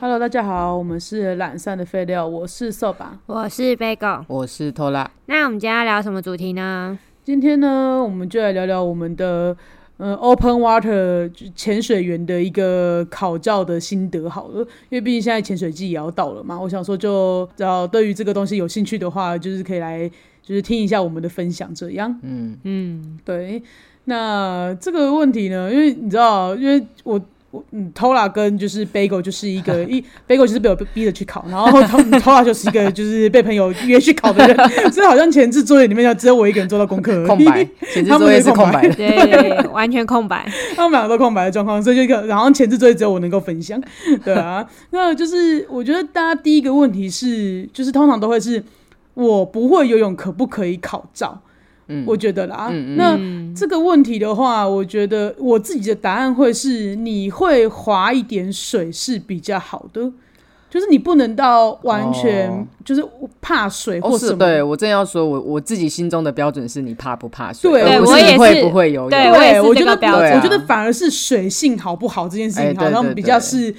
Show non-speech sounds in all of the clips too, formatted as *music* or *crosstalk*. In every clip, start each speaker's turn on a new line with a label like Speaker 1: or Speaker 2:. Speaker 1: Hello，大家好，我们是懒散的废料，我是扫把。
Speaker 2: 我是 Bagel。
Speaker 3: 我是
Speaker 1: *laughs*
Speaker 3: 偷拉，
Speaker 2: 那我们今天要聊什么主题呢？
Speaker 1: 今天呢，我们就来聊聊我们的呃 Open Water 就潜水员的一个考照的心得好了，因为毕竟现在潜水季也要到了嘛，我想说就只要对于这个东西有兴趣的话，就是可以来就是听一下我们的分享这样。
Speaker 3: 嗯，
Speaker 2: 嗯，
Speaker 1: 对，那这个问题呢，因为你知道，因为我。我嗯，Tola 跟就是 Bagel 就是一个一 Bagel 就是被我逼着去考，然后 Tola 就是一个就是被朋友约去考的人， *laughs* 所以好像前置作业里面要只有我一个人做到功课而已，
Speaker 3: 空白，前置作业是空
Speaker 1: *laughs*
Speaker 3: 白的，
Speaker 2: 对对对，完全空白。
Speaker 1: 他们两个都空白的状况，所以就一个，然后前置作业只有我能够分
Speaker 3: *laughs*
Speaker 1: 享，对啊。那就是我觉得大家第一个问题是，就是通常都会是我不会游泳，可不可以考照？
Speaker 3: 嗯
Speaker 1: 我觉得啦，
Speaker 3: 嗯嗯
Speaker 1: 那这个问题的话，我觉得我自己的答案会是，你会划一点水是比较好的，就是你不能到完全
Speaker 3: 哦
Speaker 1: 就是怕水或
Speaker 3: 哦，
Speaker 1: 什
Speaker 3: 是
Speaker 1: 么。
Speaker 3: 对我正要说，我我自己心中的标准是你怕不怕水，
Speaker 1: 对
Speaker 3: 而不
Speaker 2: 我也
Speaker 3: 你
Speaker 2: 是
Speaker 3: 会不会游泳。
Speaker 2: 对
Speaker 1: 对，
Speaker 2: 我也是
Speaker 1: 我
Speaker 2: 这
Speaker 1: 觉
Speaker 2: 个
Speaker 1: 得
Speaker 2: 标
Speaker 3: 准
Speaker 1: 我觉得反而是水性好不好这件事情
Speaker 3: 哎
Speaker 1: 好，像
Speaker 3: 对对
Speaker 1: 比较
Speaker 3: 对
Speaker 1: 是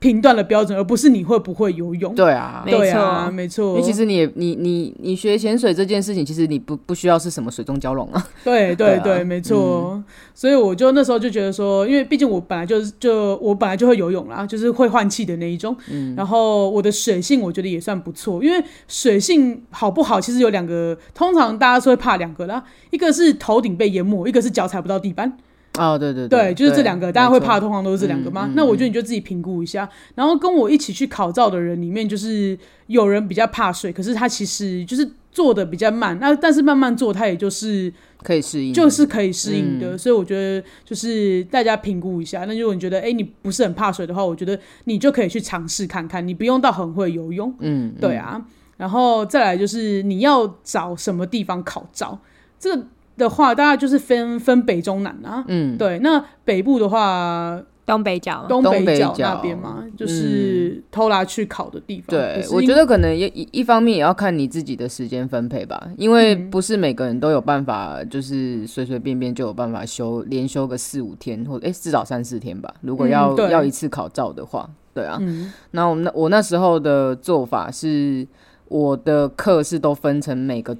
Speaker 1: 评断的标准，而不是你会不会游泳。
Speaker 3: 对啊，
Speaker 2: 没
Speaker 1: 对啊，
Speaker 2: 错
Speaker 1: 没
Speaker 3: 因
Speaker 1: 错。
Speaker 3: 为其实你也你你你学潜水这件事情，其实你不不需要是什么水中蛟龙啊。
Speaker 1: 对
Speaker 3: 对
Speaker 1: 对
Speaker 3: 啊
Speaker 1: 对，没错。所以我就那时候就觉得说，因为毕竟我本来就是就我本来就会游泳啦，就是会换气的那一种。然后我的水性我觉得也算不错，因为水性好不好其实有两个，通常大家是会怕两个啦，一个是头顶被淹没，一个是脚踩不到地板。
Speaker 3: 哦，对对
Speaker 1: 对，就是这两个，大家会怕，
Speaker 3: 没错
Speaker 1: 通常都是这两个吗？
Speaker 3: 嗯嗯
Speaker 1: 那我觉得你就自己评估一下。然后跟我一起去考照的人里面，就是有人比较怕水，可是他其实就是做的比较慢，那但是慢慢做，他也就是
Speaker 3: 可以适应，嗯
Speaker 1: 就是可以适应的。所以我觉得就是大家评估一下。那如果你觉得哎、诶你不是很怕水的话，我觉得你就可以去尝试看看，你不用到很会游泳。
Speaker 3: 嗯，嗯
Speaker 1: 对，啊，然后再来就是你要找什么地方考照，这个的话大概就是分分北中南啊。
Speaker 3: 嗯，哦
Speaker 1: 对，那北部的话，
Speaker 2: 东北角嘛，
Speaker 1: 东
Speaker 3: 东北
Speaker 1: 角那
Speaker 3: 角嗯
Speaker 1: 边嘛，就是偷拉去考的地方。可
Speaker 3: 对，
Speaker 1: 是
Speaker 3: 我
Speaker 1: 因
Speaker 3: 觉得可能也一一方面也要看你自己的时间分配吧，因为
Speaker 1: 嗯
Speaker 3: 不是每个人都有办法，就是随随便便就有办法休连休个四五天，或者哎、至少三四天吧。如果
Speaker 1: 嗯
Speaker 3: 要、
Speaker 1: 对
Speaker 3: 要一次考照的话，对啊。
Speaker 1: 嗯
Speaker 3: 那我们那我那时候的做法是，我的课是都分成每个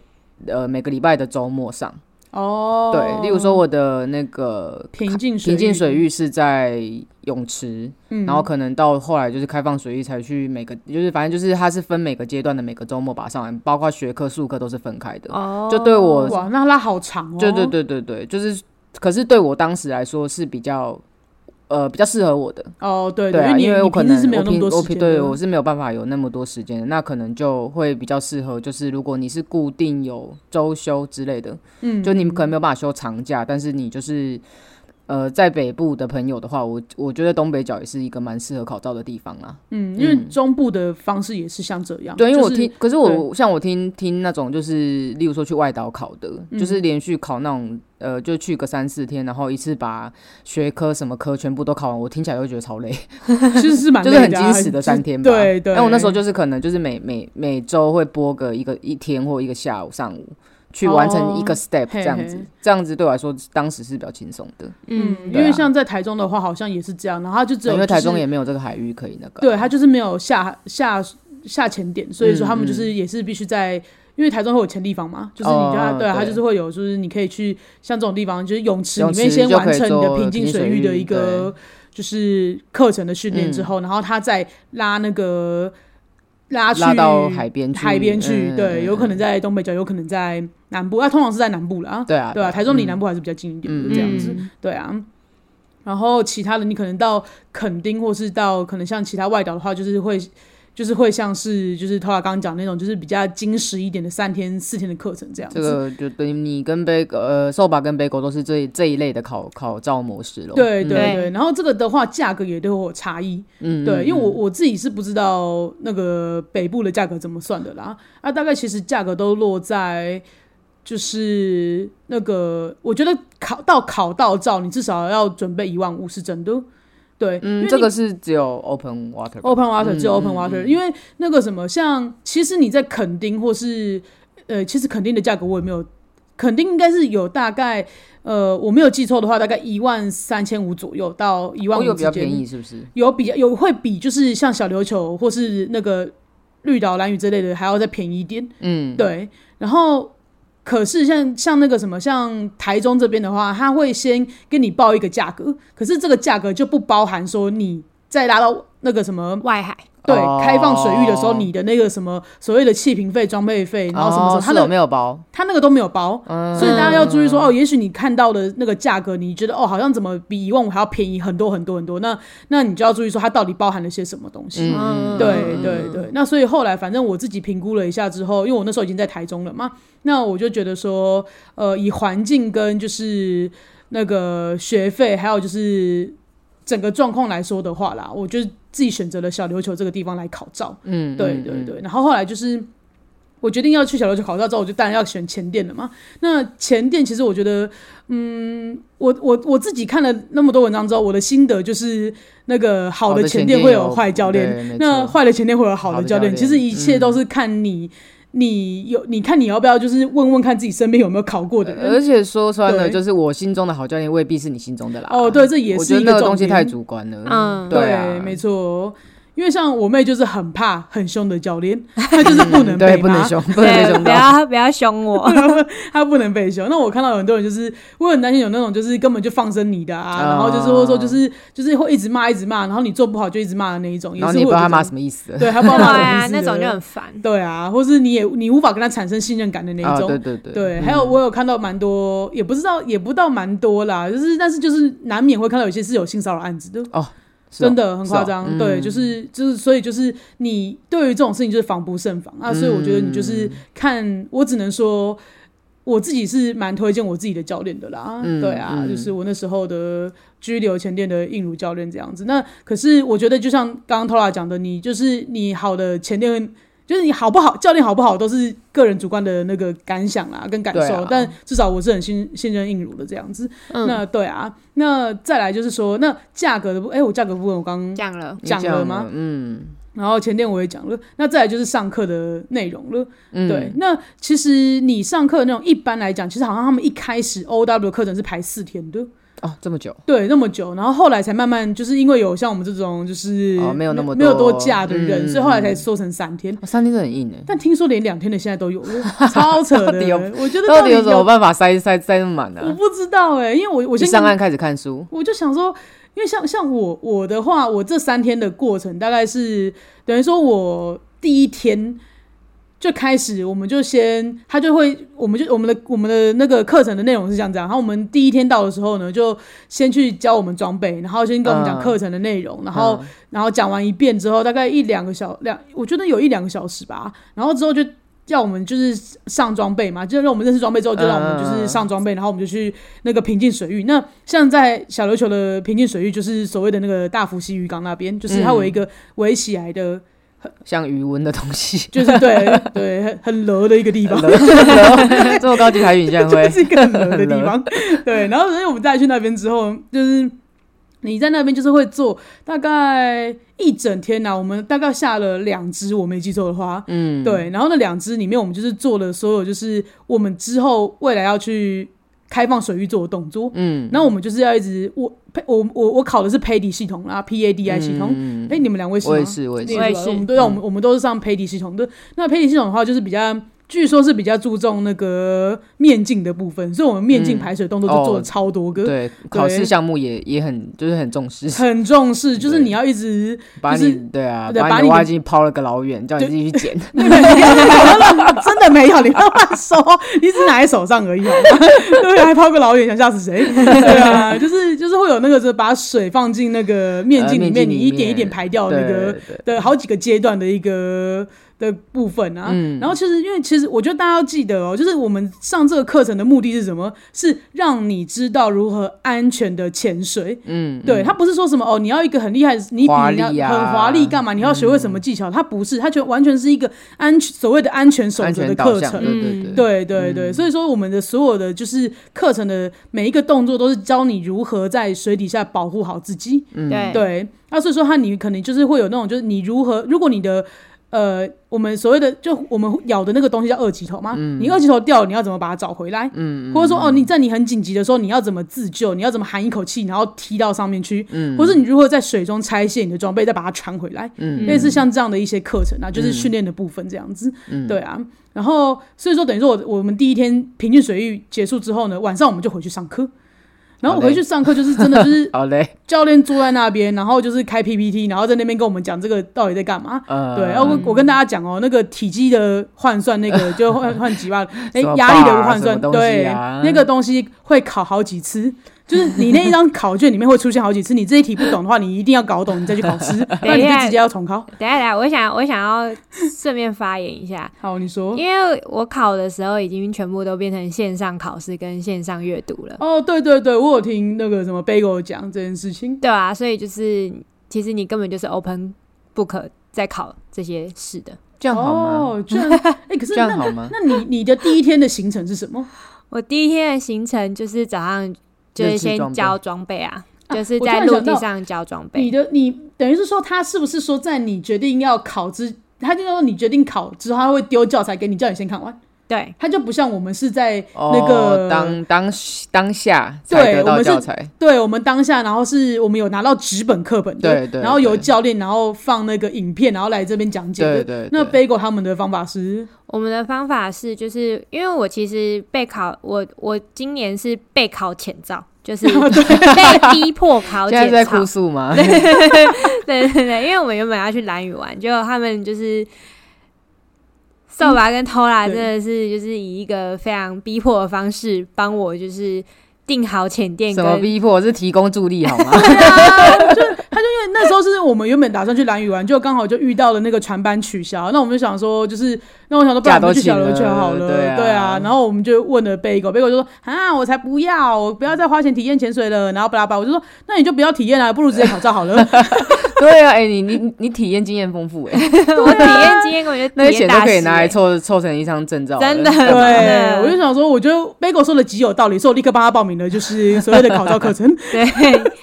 Speaker 3: 呃每个礼拜的周末上，
Speaker 1: 哦，
Speaker 3: 对，例如说我的那个
Speaker 1: 平静
Speaker 3: 平静水
Speaker 1: 域，
Speaker 3: 域是在泳池，
Speaker 1: 嗯
Speaker 3: 然后可能到后来就是开放水域才去每个，就是反正就是它是分每个阶段的每个周末把它上完，包括学科、术科都是分开的。
Speaker 2: 哦，
Speaker 3: 就对我
Speaker 1: 哇，那拉好长哦。
Speaker 3: 对对对对对，就是，可是对我当时来说是比较，呃，比较适合我的。
Speaker 1: 哦，对
Speaker 3: 对啊，
Speaker 1: 因
Speaker 3: 因
Speaker 1: 为你
Speaker 3: 为我
Speaker 1: 你
Speaker 3: 可
Speaker 1: 平时
Speaker 3: 能
Speaker 1: 是没有
Speaker 3: 我
Speaker 1: 那么多
Speaker 3: 平我
Speaker 1: 时间
Speaker 3: 平
Speaker 1: 的，
Speaker 3: 对我是没有办法有那么多时间的，那可能就会比较适合，就是如果你是固定有周休之类的，
Speaker 1: 嗯，
Speaker 3: 就你可能没有办法休长假，但是你就是呃在北部的朋友的话，我我觉得东北角也是一个蛮适合考照的地方啦。啊
Speaker 1: 嗯，因为中部的方式也是像这样，
Speaker 3: 对，因为我
Speaker 1: 就是
Speaker 3: 听，可是我像我听听那种就是，例如说去外岛考的，
Speaker 1: 嗯
Speaker 3: 就是连续考那种呃，就去个三四天，然后一次把学科什么科全部都考完，我听起来就觉得超累，
Speaker 1: 其实是蛮
Speaker 3: *laughs* 就是
Speaker 1: 累
Speaker 3: 很
Speaker 1: 的啊
Speaker 3: 惊死的三天吧。
Speaker 1: 对对，
Speaker 3: 但 *laughs* 我那时候就是可能就是每每每周会播个一个一天或一个下午上午。去完成一
Speaker 1: 哦
Speaker 3: 个 step
Speaker 1: 嘿
Speaker 3: 这样
Speaker 1: 嘿
Speaker 3: 子，这样子对我来说当时是比较轻松的。
Speaker 1: 嗯，因
Speaker 3: 对
Speaker 1: 为
Speaker 3: 啊哦
Speaker 1: 像在台中的话，好像也是这样，然后他就只有
Speaker 3: 因为
Speaker 1: 就
Speaker 3: 台
Speaker 1: 是
Speaker 3: 中也没有这个海域可以那个。
Speaker 1: 对他就是没有下下下潜点，所以
Speaker 3: 嗯
Speaker 1: 说他们就是也是必须在，因为台中会有潜地方嘛，就是你
Speaker 3: 哦
Speaker 1: 他、对啊，
Speaker 3: 对
Speaker 1: 他就是会有，就是你可以去像这种地方，就是泳池
Speaker 3: 泳
Speaker 1: 里面
Speaker 3: 池
Speaker 1: 先
Speaker 3: 就
Speaker 1: 完
Speaker 3: 可以
Speaker 1: 成你的
Speaker 3: 做
Speaker 1: 平静
Speaker 3: 平静
Speaker 1: 水
Speaker 3: 水
Speaker 1: 域的
Speaker 3: 域嗯
Speaker 1: 一个就是课程的训练之后，然后他再拉那个拉去
Speaker 3: 拉到海边去，
Speaker 1: 海边去，
Speaker 3: 嗯
Speaker 1: 对，有可。
Speaker 3: 嗯
Speaker 1: 能在东北角，有可能在南部，那、通常是在南部了啊，
Speaker 3: 对啊，
Speaker 1: 对啊，台中离南
Speaker 3: 嗯
Speaker 1: 部还是比较近一点的、
Speaker 3: 嗯
Speaker 1: 这样子。
Speaker 2: 嗯
Speaker 1: 对啊。然后其他的，你可能到垦丁或是到可能像其他外岛的话，就是会就是会像是就是托拉刚刚讲那种，就是比较精实一点的三天四天的课程这样子。
Speaker 3: 这个就对你跟贝呃瘦吧跟贝狗都是这这一类的考考照模式咯。嗯
Speaker 1: 对对
Speaker 2: 对
Speaker 1: 对，然后这个的话价格也都会有差异，
Speaker 3: 嗯，嗯
Speaker 1: 对，因为我
Speaker 3: 嗯
Speaker 1: 我自己是不知道那个北部的价格怎么算的啦，啊，大概其实价格都落在就是那个，我觉得考到考到照，你至少要准备一万五是真的，对，因为
Speaker 3: 嗯
Speaker 1: 你哦
Speaker 3: 这个是只有 open water 吧
Speaker 1: Open water
Speaker 3: 嗯
Speaker 1: 只有 open water，、因为那个什么，像其实你在垦丁或是呃，其实垦丁的价格我也没有，垦丁应该是有大概呃，我没有记错的话，大概一万三千五左右到一万
Speaker 3: 哦
Speaker 1: 五
Speaker 3: 有比
Speaker 1: 之
Speaker 3: 较便
Speaker 1: 间，
Speaker 3: 宜是不是？
Speaker 1: 有比较有会比就是像小琉球或是那个绿岛、蓝屿之类的还要再便宜一点。
Speaker 3: 嗯，
Speaker 1: 对，然后可是像像那个什么，像台中这边的话，他会先跟你报一个价格，可是这个价格就不包含说你再拉到那个什么。
Speaker 2: 外海
Speaker 1: 对
Speaker 3: 哦，
Speaker 1: 开放水域的时候，你的那个什么所谓的气瓶费、装备费，然后什么什么，
Speaker 3: 哦
Speaker 1: 他
Speaker 3: 是
Speaker 1: 那
Speaker 3: 有没有包？
Speaker 1: 他那个都没有包，
Speaker 3: 嗯，
Speaker 1: 所以大家要注意说哦，也许你看到的那个价格，你觉得哦，好像怎么比一万五还要便宜很多很多很多，那那你就要注意说它到底包含了些什么东西。
Speaker 3: 嗯
Speaker 1: 对对对，那所以后来反正我自己评估了一下之后，因为我那时候已经在台中了嘛，那我就觉得说，呃，以环境跟就是那个学费，还有就是整个状况来说的话啦，我就自己选择了小琉球这个地方来考照。
Speaker 3: 嗯，
Speaker 1: 对
Speaker 3: 嗯
Speaker 1: 对，对，然后后来就是我决定要去小琉球考照之后，我就当然要选前店了嘛。那前店其实我觉得，嗯，我我我自己看了那么多文章之后，我的心得就是那个好的前店会有坏教练，
Speaker 3: 练
Speaker 1: 那坏的前店会有好
Speaker 3: 好
Speaker 1: 的
Speaker 3: 的
Speaker 1: 教
Speaker 3: 教
Speaker 1: 练。其
Speaker 3: 练嗯
Speaker 1: 实一切都是看你。你有你看你要不要就是问问看自己身边有没有考过的人
Speaker 3: 呃而且说穿了，
Speaker 1: 呃对
Speaker 3: 就是我心中的好教练未必是你心中的啦。
Speaker 1: 哦对这也
Speaker 3: 我
Speaker 1: 是
Speaker 3: 觉得
Speaker 1: 一
Speaker 3: 那
Speaker 1: 个
Speaker 3: 个东
Speaker 1: 重
Speaker 3: 西
Speaker 1: 点
Speaker 3: 太主观了。
Speaker 2: 嗯
Speaker 3: 对啊，
Speaker 1: 没错，因为像我妹就是很怕很凶的教
Speaker 3: *laughs*
Speaker 1: 练，她就是不能被
Speaker 3: 对，不
Speaker 1: 骂 *laughs*
Speaker 3: 能凶，不能被
Speaker 2: 对，
Speaker 3: 凶
Speaker 2: 不
Speaker 3: 到。
Speaker 2: 要不要凶我，
Speaker 1: 他不能被凶。那我看到有很多人就是，我很担心有那种就是根本就放生你的啊，
Speaker 3: 啊
Speaker 1: 然后就是或者说就是就是会一直骂一直骂，然后你做不好就一直骂的那一种，也
Speaker 3: 然后
Speaker 1: 是
Speaker 3: 你也不知道他骂什
Speaker 1: 么，
Speaker 3: 么意思。
Speaker 1: 对，他不知道
Speaker 2: 对
Speaker 1: 骂什么
Speaker 2: 啊
Speaker 1: 意，思
Speaker 2: 那种
Speaker 1: 的
Speaker 2: 就很烦。
Speaker 1: 对啊，或是你也你无法跟他产生信任感的那
Speaker 3: 啊，
Speaker 1: 一种。
Speaker 3: 对对对
Speaker 1: 对，还有我有看到蛮多，也不知道也不到蛮多啦，就是但是就是难免会看到有些是有性骚扰案子的，
Speaker 3: 是哦
Speaker 1: 真的很
Speaker 3: 是哦
Speaker 1: 夸张。对，就是就是，所以就是你对于这种事情就是防不胜防啊。所以我觉得你
Speaker 3: 嗯
Speaker 1: 就是看，我只能说我自己是蛮推荐我自己的教练的啦。
Speaker 3: 嗯
Speaker 1: 对啊，
Speaker 3: 嗯
Speaker 1: 就是我那时候的居留前店的应如教练这样子。那可是我觉得，就像刚刚 Tola 讲的，你就是你好的前店。就是你好不好，教练好不好，都是个人主观的那个感想啦，跟感
Speaker 3: 对
Speaker 1: 受。
Speaker 3: 啊
Speaker 1: 但至少我是很信信任应如的这样子。
Speaker 2: 嗯，
Speaker 1: 那对啊，那再来就是说，那价格的部，哎、我价格部分我刚
Speaker 2: 这样了，
Speaker 3: 你
Speaker 1: 讲了吗？
Speaker 3: 了嗯
Speaker 1: 然后前天我也讲了，那再来就是上课的内容了。
Speaker 3: 嗯，
Speaker 1: 对，那其实你上课的那种，一般来讲，其实好像他们一开始 O W 课程是排四天的，
Speaker 3: 哦，这么久
Speaker 1: 对，那么久，然后后来才慢慢就是因为有像我们这种就是、
Speaker 3: 哦没有那么
Speaker 1: 没有
Speaker 3: 多
Speaker 1: 多假的人，
Speaker 3: 嗯
Speaker 1: 所以后来才缩成三天。
Speaker 3: 哦三天真的很
Speaker 1: *laughs*
Speaker 3: 硬哎。
Speaker 1: 但听说连两天的现在
Speaker 3: *laughs*
Speaker 1: 都有了，超扯的
Speaker 3: 到底有。
Speaker 1: 我觉得
Speaker 3: 到
Speaker 1: 到
Speaker 3: 底有什么办法塞塞塞那么满
Speaker 1: 我
Speaker 3: 呢？
Speaker 1: 不知道哎、因为我我
Speaker 3: 一
Speaker 1: 先
Speaker 3: 上岸开始看书，
Speaker 1: 我就想说，因为像像我我的话，我这三天的过程大概是等于说我第一天就开始，我们就先他就会，我们就我们的我们的那个课程的内容是这样子啊，然后我们第一天到的时候呢，就先去教我们装备，然后先跟我们讲
Speaker 3: 嗯
Speaker 1: 课程的内容，然后
Speaker 3: 嗯
Speaker 1: 然后讲完一遍之后，大概一两个小两，我觉得有一两个小时吧。然后之后就叫我们就是上装备嘛，就让我们认识装备之后，就让我们就是上装备，然后我们就去那个平静水域。那像在小琉球的平静水域，就是所谓的那个大福溪渔港那边，就是它有一个围起来的，
Speaker 3: 像余温的东西，
Speaker 1: 就是对 *laughs* 对很很柔的一个地方。
Speaker 3: *laughs* 这么高级台语你竟然
Speaker 1: *laughs*
Speaker 3: 会
Speaker 1: 就是一个很冷的地方。对，然后所以我们带去那边之后，就是你在那边就是会做大概一整天呐、我们大概下了两只，我没记错的话，
Speaker 3: 嗯，
Speaker 1: 对。然后那两只里面，我们就是做了所有就是我们之后未来要去开放水域做的动作。
Speaker 3: 嗯，
Speaker 1: 那我们就是要一直我我我我考的是 PADI 系统啦，PADI 系统。
Speaker 3: 嗯
Speaker 1: 哎、你们两位是吗？
Speaker 3: 我也是，我也
Speaker 1: 你
Speaker 3: 是嗯
Speaker 2: 我，也
Speaker 1: 吧
Speaker 2: 是
Speaker 1: 我们都让我们我们都是上培迪系统的。那培迪系统的话，就是比较，据说是比较注重那个面镜的部分，所以我们面镜
Speaker 3: 嗯
Speaker 1: 排水动作
Speaker 3: 哦
Speaker 1: 就做了超多个，
Speaker 3: 对，考试项目也也很就是很重视，
Speaker 1: 很重视，就是
Speaker 3: 对
Speaker 1: 你要一直
Speaker 3: *laughs* 把
Speaker 1: 就是
Speaker 3: 你对啊，
Speaker 1: 对
Speaker 3: 把
Speaker 1: 把
Speaker 3: 你
Speaker 1: 你
Speaker 3: 的
Speaker 1: 的
Speaker 3: 挖机抛了个老远，叫你自己去
Speaker 1: *laughs*
Speaker 3: 捡，
Speaker 1: 那个你要真的没有，你不要乱说，你只拿在手上而已好吗， *laughs* 对，啊还抛个老远，想吓死谁？ *laughs* 对啊，就是就是会有那个，就是把水放进那个面
Speaker 3: 呃
Speaker 1: 镜里
Speaker 3: 面
Speaker 1: 面，
Speaker 3: 镜
Speaker 1: 你
Speaker 3: 里
Speaker 1: 一点一
Speaker 3: 面
Speaker 1: 点排掉那个
Speaker 3: 对对，
Speaker 1: 的好几个阶段的一个的部分啊。
Speaker 3: 嗯
Speaker 1: 然后其实因为其实我觉得大家要记得哦，就是我们上这个课程的目的是什么？是让你知道如何安全的潜水。
Speaker 3: 嗯，
Speaker 1: 对他不是说什么哦，你要一个很厉害，你比
Speaker 3: 华
Speaker 1: 人家
Speaker 3: 丽啊嗯
Speaker 1: 很华丽干嘛？你要学会什么技巧？他不是，他全完全是一个安全所谓的安全守
Speaker 3: 安
Speaker 1: 则的
Speaker 3: 全导
Speaker 1: 课
Speaker 3: 向，嗯
Speaker 1: 程。嗯对
Speaker 3: 对对对，
Speaker 1: 对对，所以说我们的所有的就是课程的每一个动作都是教你如何在水底下保护好自己。
Speaker 3: 嗯
Speaker 2: 对
Speaker 1: 啊对，那所以说他你可能就是会有那种，就是你如何，如果你的呃，我们所谓的就我们咬的那个东西叫二级头嘛，你二级头掉了，你要怎么把它找回来？嗯，或者说哦，你在你很紧急的时候，你要怎么自救？你要怎么含一口气，然后踢到上面去？嗯，或是你如何在水中拆卸你的装备，再把它穿回来？嗯，类似像这样的一些课程啊，就是训练的部分这样子。嗯，对啊。然后所以说，等于说我我们第一天平均水域结束之后呢，晚上我们就回去上课。然后我回去上课就是真的就是
Speaker 3: 好嘞，
Speaker 1: 教练坐在那边，然后就是开 PPT，然后在那边跟我们讲这个到底在干嘛。
Speaker 3: 呃，
Speaker 1: 对，然后我我跟大家讲哦，那个体积的换算，那个就换换几万，哎
Speaker 3: *laughs* 什么，
Speaker 1: 压力的
Speaker 3: bar
Speaker 1: 换算，
Speaker 3: 什么东西
Speaker 1: 对
Speaker 3: 啊，
Speaker 1: 那个东西会考好几次。就是你那一张考卷里面会出现好几次，你这一题不懂的话，你一定要搞懂，你再去考试，
Speaker 3: *laughs*
Speaker 1: 不然你就直接要重考。
Speaker 2: 等一下，等一下，我想我想要顺便发言一下，
Speaker 1: 好，你说。
Speaker 2: 因为我考的时候已经全部都变成线上考试跟线上阅读了，
Speaker 1: 哦，对对对，我有听那个什么 Bagel 讲这件事情。
Speaker 2: 对啊，所以就是其实你根本就是 open book 在考这些事的。
Speaker 3: 这样好吗？
Speaker 1: 哦，这样，哎，可是
Speaker 3: 这
Speaker 1: 那
Speaker 3: 样好吗？
Speaker 1: 那你你的第一天的行程是什么？
Speaker 2: 我第一天的行程就是早上就是
Speaker 3: 日志装
Speaker 2: 先
Speaker 3: 备
Speaker 2: 交装备啊，
Speaker 1: 啊
Speaker 2: 就是
Speaker 1: 我突
Speaker 2: 在
Speaker 1: 然
Speaker 2: 陆
Speaker 1: 想
Speaker 2: 地
Speaker 1: 到
Speaker 2: 上交装
Speaker 1: 你
Speaker 2: 备。
Speaker 1: 的你等于是说，他是不是说在你决定要考之，他就说你决定考之后，他会丢教材给你，叫你先看完。
Speaker 2: 对
Speaker 1: 他就不像我们是在
Speaker 3: 哦
Speaker 1: 那个、
Speaker 3: 当当当下
Speaker 1: 对
Speaker 3: 才得
Speaker 1: 我
Speaker 3: 到
Speaker 1: 们是
Speaker 3: 教材，
Speaker 1: 对我们当下，然后是我们有拿到纸本课本的，
Speaker 3: 对对
Speaker 1: 然后由
Speaker 3: 对
Speaker 1: 教练，然后放那个影片，然后来这边讲解的。
Speaker 3: 对对
Speaker 1: 那
Speaker 3: 对
Speaker 1: Bagel 他们的方法是，
Speaker 2: 我们的方法是，就是因为我其实备考，我我今年是备考前兆，就是
Speaker 3: *laughs*
Speaker 1: *laughs*
Speaker 2: 被逼迫考
Speaker 3: 现在
Speaker 2: 检
Speaker 3: 是在
Speaker 2: 查
Speaker 3: 哭。诉吗？
Speaker 2: 对 *laughs* 对对，因为我们原本要去蓝屿玩，结果他们就是。扫把跟偷
Speaker 1: 嗯
Speaker 2: 啦，真
Speaker 1: 对
Speaker 2: 的是就是以一个非常逼迫的方式帮我，就是定好浅店
Speaker 3: *laughs* 什么
Speaker 2: 跟
Speaker 3: 逼迫？是提供助力好
Speaker 2: *laughs*
Speaker 3: 吗？
Speaker 1: 因为那时候是我们原本打算去蓝屿玩，就刚好就遇到了那个船班取消，那我们就想说，就是那我想说，不然
Speaker 3: 假
Speaker 1: 我们
Speaker 3: 都
Speaker 1: 去小
Speaker 3: 请
Speaker 1: 琉球
Speaker 3: 了
Speaker 1: 好了，
Speaker 3: 对啊
Speaker 1: 然后我们就问了 Bagel，Bagel 就说啊，我才不要，我不要再花钱体验潜水了，然后巴拉巴拉，我就说那你就不要体验了，不如直接考照好了。
Speaker 3: *laughs* 对啊，哎、你你你你体验经验丰富哎、
Speaker 2: *laughs* 我体验经验，我觉得
Speaker 3: *laughs* 那
Speaker 2: 体
Speaker 3: 些
Speaker 2: 验
Speaker 3: 钱都
Speaker 2: 大
Speaker 3: 可以
Speaker 2: 师
Speaker 3: 拿
Speaker 2: 欸
Speaker 3: 来凑凑成一张证照了，
Speaker 2: 真的
Speaker 3: 干嘛 *laughs*
Speaker 1: 对，我就想说，我觉得 Bagel 说的极有道理，所以我立刻帮他报名了，就是所谓的考照课
Speaker 3: *laughs*
Speaker 1: 程。
Speaker 2: 对。 *laughs*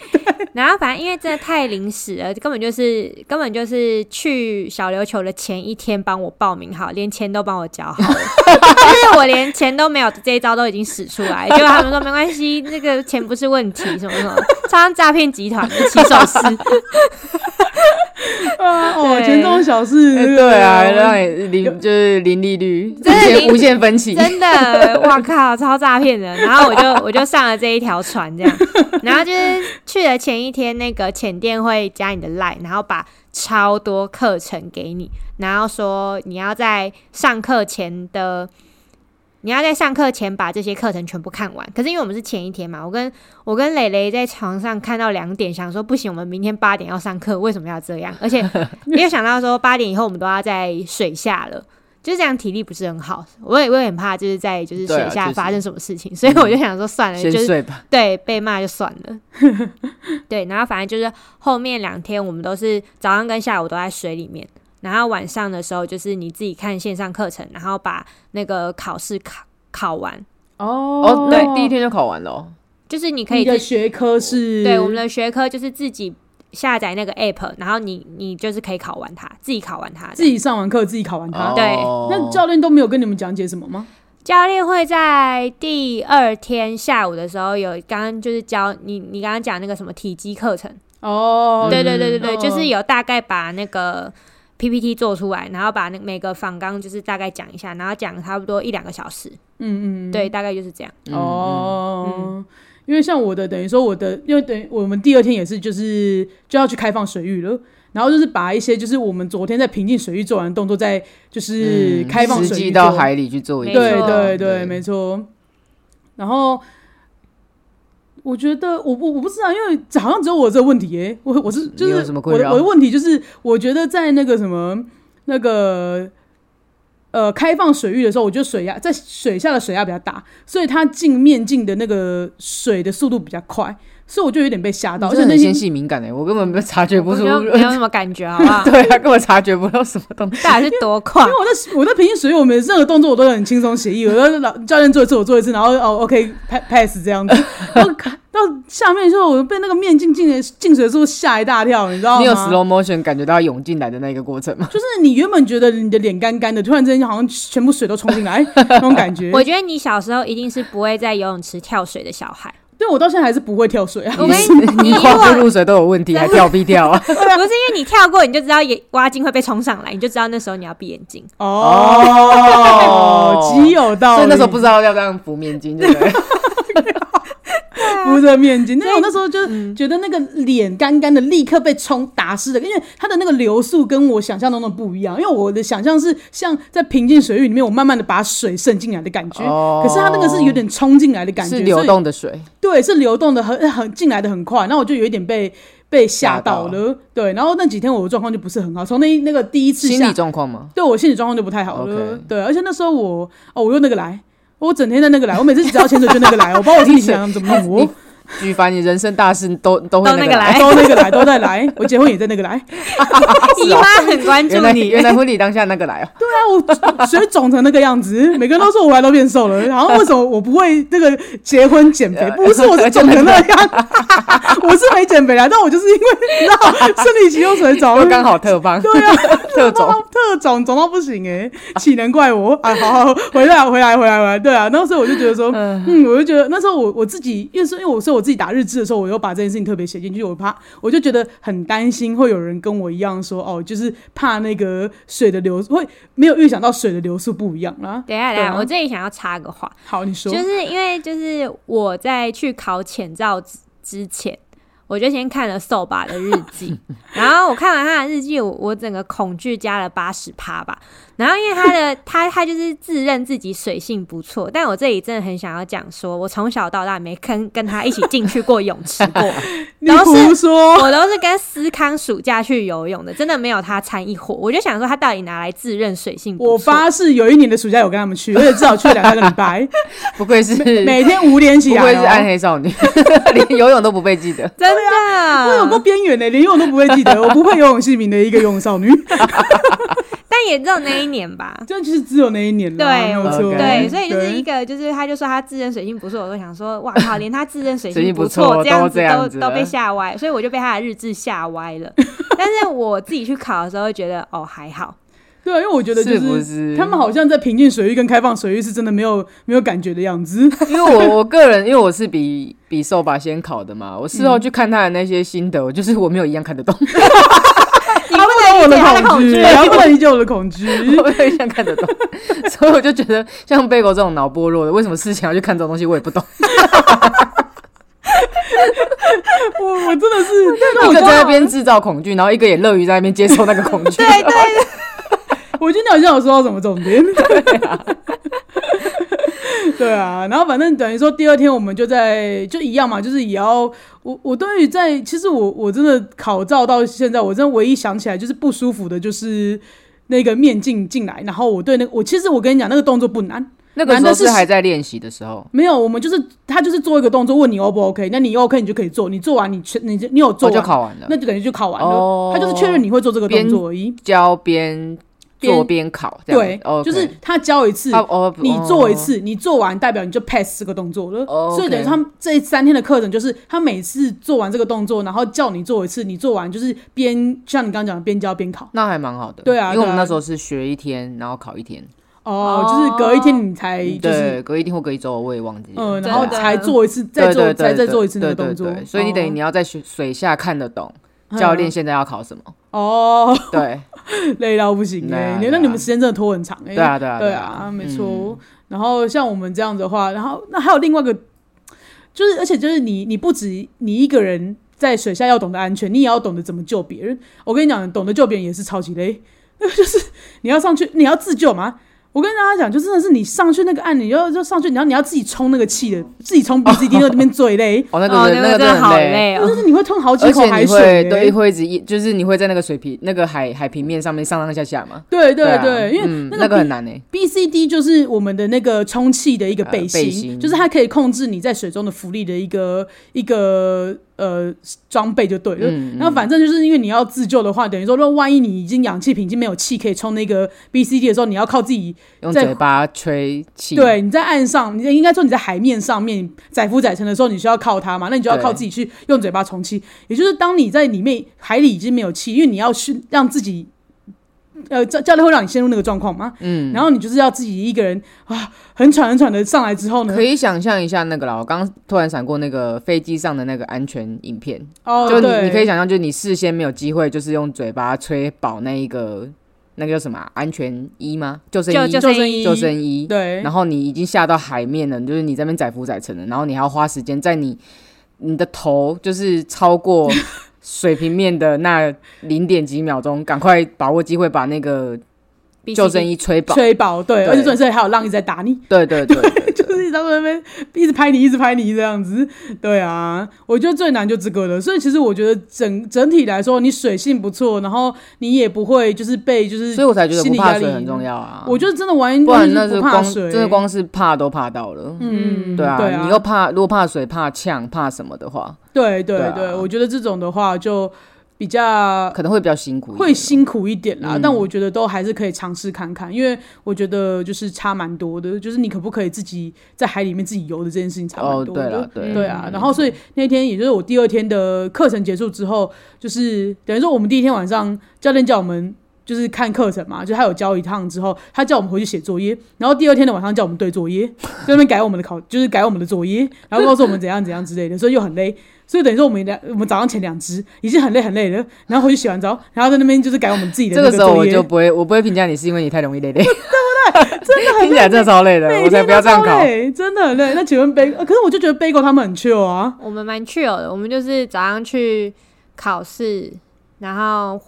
Speaker 2: 然后反正因为真的太临时了，根本就是根本就是去小琉球的前一天帮我报名好，连钱都帮我交好了，就是我连钱都没有，这一招都已经使出来。结果他们说没关系，那个钱不是问题，什么什么， *laughs* 超像诈骗集团的起手式。
Speaker 1: 啊，哦，
Speaker 2: 对
Speaker 1: 钱这种小事，
Speaker 3: 哎对啊，
Speaker 1: 我
Speaker 2: *laughs*
Speaker 3: 让你零就是零利率，无
Speaker 2: 真的零
Speaker 3: 限无限分期，
Speaker 2: 真的，哇靠，超诈骗的。然后我就 *laughs* 我就上了这一条船，这样。然后就是去的前一天，那个浅店会加你的 line，然后把超多课程给你，然后说你要在上课前的。你要在上课前把这些课程全部看完，可是因为我们是前一天嘛，我跟我跟蕾蕾在床上看到两点，想说不行，我们明天八点要上课，为什么要这样？
Speaker 3: *laughs*
Speaker 2: 而且没有想到说八点以后我们都要在水下了，就是这样体力不是很好，我也我也很怕就是在就是
Speaker 3: 对啊
Speaker 2: 水下
Speaker 3: 确实
Speaker 2: 发生什么事情，所以我就想说算了，
Speaker 3: 先
Speaker 2: 就是
Speaker 3: 睡吧。
Speaker 2: 对，被骂就算
Speaker 1: *laughs*
Speaker 2: 了。对，然后反正就是后面两天我们都是早上跟下午都在水里面，然后晚上的时候就是你自己看线上课程，然后把那个考试考考完，
Speaker 1: 哦
Speaker 3: 哦，对，第一天就考完了哦，
Speaker 2: 就是你可
Speaker 1: 你
Speaker 2: 以
Speaker 1: 的
Speaker 2: 自己
Speaker 1: 学科是，
Speaker 2: 对我们的学科就是自己下载那个 app，然后你你就是可以考完它，自己考完它这样。
Speaker 1: 自己上完课自己考完它。
Speaker 2: 嗯对
Speaker 3: 哦
Speaker 1: 那教练都没有跟你们讲解什么吗？
Speaker 2: 教练会在第二天下午的时候有刚刚就是教你你刚刚讲那个什么体积课程。
Speaker 1: 哦，
Speaker 2: 对对对对对，
Speaker 1: 嗯
Speaker 2: 就是有大概把那个 PPT 做出来，然后把那每个访纲就是大概讲一下，然后讲差不多一两个小时，
Speaker 1: 嗯嗯，嗯
Speaker 2: 对，，大概就是这样。
Speaker 3: 嗯
Speaker 1: 哦。因为像我的，等于说我的，因为等于我们第二天也是，就是就要去开放水域了，然后就是把一些就是我们昨天在平静水域做完的动作，在就是
Speaker 3: 嗯
Speaker 1: 开放
Speaker 3: 实
Speaker 1: 水域
Speaker 3: 际
Speaker 1: 做
Speaker 3: 到海里去做一
Speaker 2: 没
Speaker 1: 对
Speaker 2: 错
Speaker 1: 对对，没错。然后我觉得我我我不知道，因为好像只有我这个问题耶、我我是就
Speaker 3: 你有
Speaker 1: 是
Speaker 3: 什么困
Speaker 1: 我的
Speaker 3: 扰
Speaker 1: 我的问题就是，我觉得在那个什么那个。呃，开放水域的时候，我觉得水压在水下的水压比较大，所以它进面镜的那个水的速度比较快，所以我就有点被吓到，
Speaker 3: 你
Speaker 1: 而
Speaker 3: 真
Speaker 1: 且
Speaker 3: 的
Speaker 1: 那
Speaker 3: 很
Speaker 1: 些
Speaker 3: 纤细敏感哎、我根本没有察觉不
Speaker 2: 我
Speaker 3: 出
Speaker 2: 觉，得没有什么感觉，好不
Speaker 3: *laughs*
Speaker 2: 好？
Speaker 3: 对啊，根本察觉不到什么东西。
Speaker 2: 到底是多快
Speaker 1: 因？为我
Speaker 3: *laughs*
Speaker 1: 在我在平行水，我每任何动作我都很轻松写意，我都老教练做一次我做一次，然后哦 OK pa- pass 这样子，然后看到下面的时候我被那个面镜进的进水的时候吓一大跳，你知
Speaker 2: 哦
Speaker 1: 道吗？
Speaker 3: 你有 slow motion 感觉到涌进来的那个过程吗？
Speaker 1: 就是你原本觉得你的脸干干的，突然之间好像全部水都冲进来 *laughs* 那种感觉。
Speaker 2: 我觉得你小时候一定是不会在游泳池跳水的小孩，
Speaker 1: 对我到现在还是不会跳水啊，
Speaker 2: 我跟
Speaker 3: 你
Speaker 2: 你你以
Speaker 3: 花步
Speaker 2: 往
Speaker 3: 入水都有问题，
Speaker 2: *laughs*
Speaker 3: 还跳必跳啊？
Speaker 2: 不是因为你跳过，你就知道眼蛙镜会被冲上来，你就知道那时候你要闭眼睛。
Speaker 3: *laughs*
Speaker 1: 哦，极有道理。
Speaker 3: 所以那时候不知道要不要敷面 *laughs* 巾，对不对？
Speaker 1: 敷着面巾，那我那时候就是觉得那个脸干干的，立刻被冲打湿的，因为它的那个流速跟我想象中的不一样，因为我的想象是像在平静水域里面，我慢慢的把水渗进来的感觉，
Speaker 3: 哦
Speaker 1: 可是它那个是有点冲进来的感觉，
Speaker 3: 是流
Speaker 1: 所以
Speaker 3: 动的水，
Speaker 1: 对，是流动的很很进来的很快，那我就有一点被被吓到了，对，然后那几天我的状况就不是很好，从那那个第一次
Speaker 3: 心
Speaker 1: 下
Speaker 3: 理状况吗？
Speaker 1: 对我心理状况就不太好了
Speaker 3: OK
Speaker 1: 对，而且那时候我哦，我又那个来。我整天在那个来，我每次只要潜水就那个来，我不知道我自己想怎么弄我。
Speaker 3: 举凡你人生大事都都会
Speaker 2: 都那
Speaker 3: 那
Speaker 2: 个
Speaker 3: 个
Speaker 2: 来
Speaker 3: 来。
Speaker 1: 都啊那个来，都在
Speaker 3: *laughs*
Speaker 1: 来。我结婚也在那个来。
Speaker 2: 姨妈很关注
Speaker 3: 原来
Speaker 2: 你，
Speaker 3: 原来婚礼当下那个 *laughs* 来哦，
Speaker 1: 对啊，我水肿成那个样子，每个人都说我后来都变瘦了。然后为什么我不会这个结婚减
Speaker 3: 呃
Speaker 1: 肥？不是我是肿成那
Speaker 3: *laughs*
Speaker 1: 样，我是没减肥啊，但我就是因为你知道生理期又水肿，
Speaker 3: 又刚好特 *laughs* 棒，
Speaker 1: 对啊，
Speaker 3: 特种
Speaker 1: 特 *laughs* 特种肿到不行哎、岂能怪我啊？好好回来回来回来回来，对啊，那时候我就觉得说，嗯，我就觉得那时候我我自己，因为是因为我说我自己打日志的时候，我又把这件事情特别写进去，我怕我就觉得很担心会有人跟我一样说，哦，就是怕那个水的流会没有预想到水的流速不一样啦。
Speaker 2: 等一下，
Speaker 1: 对
Speaker 2: 等一下，
Speaker 1: 啊
Speaker 2: 我这里想要插个话，
Speaker 1: 好，你说，
Speaker 2: 就是因为就是我在去考潜照之之前，我就先看了瘦爸的日记， *laughs* 然后我看完他的日记，我我整个恐惧加了八十趴吧。然后因为他的 *laughs* 他他就是自认自己水性不错，但我这里真的很想要讲说，我从小到大没跟跟他一起进去过泳
Speaker 1: *laughs*
Speaker 2: 池过，
Speaker 1: 你
Speaker 2: 然后是
Speaker 1: 胡说，
Speaker 2: 我都是跟思康暑假去游泳的，真的没有他掺一火。我就想说他到底拿来自认水性不
Speaker 1: 我
Speaker 2: 错。
Speaker 1: 发誓有一年的暑假有跟他们去，而且至少去了两三个礼拜，
Speaker 3: 不愧是不
Speaker 1: 每天五点起来、哦，
Speaker 3: 愧是暗黑少女， *laughs* 连游泳都不被记得。
Speaker 2: 真的，
Speaker 1: 啊我有过边缘的，连游泳都不会记得，我不会游泳姓名的一个游泳少女，
Speaker 2: 但也只有那一年吧。
Speaker 1: 这就是只有那一年了，
Speaker 2: 对
Speaker 1: 没有
Speaker 2: 我
Speaker 1: 错，
Speaker 3: OK
Speaker 2: 对，所以就是一
Speaker 1: 对
Speaker 2: 个，就是他就说他自认水性不错，我都想说，哇靠，连他自认水
Speaker 3: *laughs* 水
Speaker 2: 性
Speaker 3: 性
Speaker 2: 不
Speaker 3: 不
Speaker 2: 错
Speaker 3: 错
Speaker 2: 这样
Speaker 3: 都这样
Speaker 2: 都
Speaker 3: 子
Speaker 2: 都
Speaker 3: 了
Speaker 2: 被吓歪，所以我就被他的日志吓歪
Speaker 3: *laughs*
Speaker 2: 了。但是我自己去考的时候，觉得哦还
Speaker 3: *laughs*
Speaker 2: 好，
Speaker 1: 对啊，因为我觉得就是
Speaker 3: 不是
Speaker 1: 他们好像在平静水域跟开放水域是真的没有没有感觉的样
Speaker 2: *laughs*
Speaker 1: 子，
Speaker 3: *laughs* 因为我我个人，因为我是比比瘦吧先考的嘛，我
Speaker 1: 嗯
Speaker 3: 事后去看他的那些心得，我就是我没有一样看得懂， *laughs*
Speaker 2: 你
Speaker 1: 他不懂我的
Speaker 2: 能理解他的
Speaker 1: 恐
Speaker 2: 恐
Speaker 1: 惧，
Speaker 2: 惧，
Speaker 1: 他不能理解我的恐
Speaker 2: *laughs*
Speaker 1: 惧。
Speaker 3: 我没有一样看得懂，所以我就觉得像贝果这种脑波弱的，为什么事情要去看这种东西，我也不
Speaker 1: *laughs*
Speaker 3: 懂。
Speaker 1: 我我真的是，但
Speaker 3: 一
Speaker 1: 我
Speaker 3: 个
Speaker 1: 觉
Speaker 3: 在那
Speaker 1: 得，
Speaker 3: 边制造恐惧，然后一个也乐于在那边接受那个恐
Speaker 1: *laughs*
Speaker 3: 惧。
Speaker 2: 对对，
Speaker 1: 我觉得你好像有说到什么重
Speaker 3: *laughs*
Speaker 1: 点。
Speaker 3: 啊
Speaker 1: *laughs* 对啊，然后反正等于说第二天我们就在就一样嘛，就是也要我我对于在其实我我真的考照到现在，我真的唯一想起来就是不舒服的就是那个面镜进来，然后我对那个我其实我跟你讲那个动作不难，
Speaker 3: 那个时
Speaker 1: 难
Speaker 3: 候
Speaker 1: 的是
Speaker 3: 是还在练习的时候，
Speaker 1: 没有我们就是他就是做一个动作问你 O 不 OK，那你 OK 你就可以做，你做完你确你你有做
Speaker 3: 我就
Speaker 1: 完
Speaker 3: 考完了
Speaker 1: 那，就等于就考完了，
Speaker 3: 哦
Speaker 1: 他就是确认你会做这个动
Speaker 3: 边
Speaker 1: 作而已。
Speaker 3: 教边做边考，这样哦
Speaker 1: 对就
Speaker 3: 子，OK
Speaker 1: 是他教一次，
Speaker 3: 他哦
Speaker 1: 你做一。
Speaker 3: 哦
Speaker 1: 次，你做完代表你就 pass 这个动作了。
Speaker 3: 哦，OK
Speaker 1: 所以等于他们这三天的课程就是他每次做完这个动作，然后叫你做一次，你做完就是边像你刚刚讲的边教边考。
Speaker 3: 那还蛮好的，
Speaker 1: 对啊
Speaker 3: 因为我们
Speaker 1: 对啊
Speaker 3: 那时候是学一天，然后考一天，
Speaker 1: 哦，
Speaker 2: 哦
Speaker 1: 就是隔一天你才就是
Speaker 3: 嗯对，隔一天或隔一周，我也忘记了，
Speaker 1: 嗯，
Speaker 2: 对
Speaker 1: 然后
Speaker 2: 对
Speaker 1: 才做一次，再
Speaker 3: 对
Speaker 1: 做
Speaker 3: 对
Speaker 1: 再
Speaker 3: 对，
Speaker 1: 再
Speaker 3: 对
Speaker 1: 做一次那个动作哦嗯
Speaker 3: 对对。对所以你等于你要在水水下看得懂教练现在要
Speaker 1: *laughs*
Speaker 3: 考什么，
Speaker 1: 哦，哦
Speaker 3: 对，
Speaker 1: 累到不行
Speaker 3: 对
Speaker 1: 哎
Speaker 3: 啊，
Speaker 1: 你
Speaker 3: 对啊
Speaker 1: 那你们时间真的拖很长哎。
Speaker 3: 对啊，对啊，
Speaker 1: 对啊，
Speaker 3: 啊，
Speaker 1: 没
Speaker 3: 嗯
Speaker 1: 错。然后像我们这样子的话，然后那还有另外一个，就是而且就是你你不止你一个人在水下要懂得安全，你也要懂得怎么救别 *laughs* 人。我跟你讲，懂得救别人也是超级累，那个就是你要上去，你要自救嘛。我跟大家讲，就真的是你上去那个岸，你要就上去，然后你要自己冲那个气的，自己冲鼻子一定会那边最
Speaker 3: *laughs*
Speaker 1: 累，
Speaker 3: 哦，那个、
Speaker 2: 哦，
Speaker 3: 那
Speaker 2: 个
Speaker 3: 个
Speaker 2: 真的
Speaker 3: 很
Speaker 2: 好
Speaker 3: 累。
Speaker 2: 累哦。
Speaker 1: 就是你会吞好几
Speaker 3: 而
Speaker 1: 口
Speaker 3: 且
Speaker 1: 海
Speaker 3: 你
Speaker 1: 水、
Speaker 3: 会
Speaker 1: 欸。
Speaker 3: 对会一直一就是你会在那个水平那个海海平面上面上上下下嘛？
Speaker 1: 对对
Speaker 3: 啊
Speaker 1: 对，因为
Speaker 3: 嗯
Speaker 1: 那
Speaker 3: 那
Speaker 1: 个
Speaker 3: 个很难诶。
Speaker 1: B C D 就是我们的那个充气的一个背心，
Speaker 3: 呃背心
Speaker 1: 就是它可以控制你在水中的浮力的一个一个呃装备就对了。
Speaker 3: 嗯
Speaker 1: 那反正就是因为你要自救的话，等于说，如果万一你已经氧气瓶已经没有气可以冲那个 B C D 的时候，你要靠自己。
Speaker 3: 用
Speaker 1: 在
Speaker 3: 嘴巴吹气，
Speaker 1: 对，你在岸上，你应该说你在海面上面载浮载沉的时候，你需要靠它嘛，那你就要靠
Speaker 3: 对
Speaker 1: 自己去用嘴巴充气。也就是当你在里面海里已经没有气，因为你要去让自己。呃，教教练会让你陷入那个状况嘛？嗯，然后你就是要自己一个人啊，很喘很喘的上来之后呢
Speaker 3: 可，以想象一下那个啦，我刚刚突然闪过那个飞机上的那个安全影片，
Speaker 1: 哦，
Speaker 3: 就
Speaker 1: 对
Speaker 3: 你你可以想象，就是你事先没有机会，就是用嘴巴吹饱那一个那个叫什么啊、安全衣吗？救生
Speaker 2: 就
Speaker 3: 衣，
Speaker 2: 就
Speaker 1: 救
Speaker 2: 生
Speaker 1: 衣，
Speaker 3: 救生衣。
Speaker 1: 对，
Speaker 3: 然后你已经下到海面了，就是你在那边载浮载沉了，然后你还要花时间在你你的头就是超过 *laughs* 水平面的那零点几秒钟，赶快把握机会把
Speaker 1: *laughs*
Speaker 3: 那个救生衣吹饱。
Speaker 1: 吹饱，对，
Speaker 3: 对
Speaker 1: 而且重点是还有浪一直在打你，
Speaker 3: 对
Speaker 1: *laughs*
Speaker 3: 对对对对
Speaker 1: 就是一直在那边一直拍你，一直拍你这样子。对啊，我觉得最难就这个了。所以其实我觉得整整体来说，你水性不错，然后你也不会就是被就是
Speaker 3: 所以我才觉得
Speaker 1: 心
Speaker 3: 不
Speaker 1: 理
Speaker 3: 怕
Speaker 1: 压力
Speaker 3: 水很重。要啊。
Speaker 1: 我觉得真的完
Speaker 3: 不然
Speaker 1: 全
Speaker 3: 那
Speaker 1: 不
Speaker 3: 是
Speaker 1: 怕
Speaker 3: 光
Speaker 1: 水，
Speaker 3: 真的光是怕都怕到了。
Speaker 1: 嗯，
Speaker 3: 对啊，
Speaker 1: 对啊，
Speaker 3: 你又怕，如果怕水、怕呛、怕什么的话，
Speaker 1: 对对
Speaker 3: 对啊
Speaker 1: 对，我觉得这种的话就比较
Speaker 3: 可能嗯会比较辛苦一点。
Speaker 1: 会辛苦一点啦，但我觉得都还是可以尝试看看，因为我觉得就是差蛮多的，就是你可不可以自己在海里面自己游的这件事情差蛮
Speaker 3: 哦，
Speaker 1: 多
Speaker 3: 对
Speaker 1: 的。
Speaker 3: 了，对
Speaker 1: 对啊，然后所以那天也就是我第二天的课程结束之后，就是等于说我们第一天晚上教练叫我们就是看课程嘛，就他有教一趟之后，他叫我们回去写作业，然后第二天的晚上叫我们对作业，在那边改我们的考，就是改我们的作业，然后告诉我们怎样怎样之类的，所以又很累。所以等于说我们两我们早上前两支已经很累很累了，然后回去洗完澡，然后在那边就是改我们自己的
Speaker 3: 这
Speaker 1: 那
Speaker 3: 个时候
Speaker 1: 作
Speaker 3: 我
Speaker 1: 业。
Speaker 3: 就不会，我不会评价你是因为你太容易累
Speaker 1: *laughs*
Speaker 3: 累，对不对？真的听起来真的超累的，
Speaker 1: 每
Speaker 3: 我才
Speaker 1: 天
Speaker 3: 不要
Speaker 1: 都
Speaker 3: 这样
Speaker 1: 超
Speaker 3: 搞。
Speaker 1: 累，真的很累。那请问 b 可是我就觉得 Bagel 他们很 chill 啊，
Speaker 2: 我们蛮 chill 的，我们就是早上去考试，然后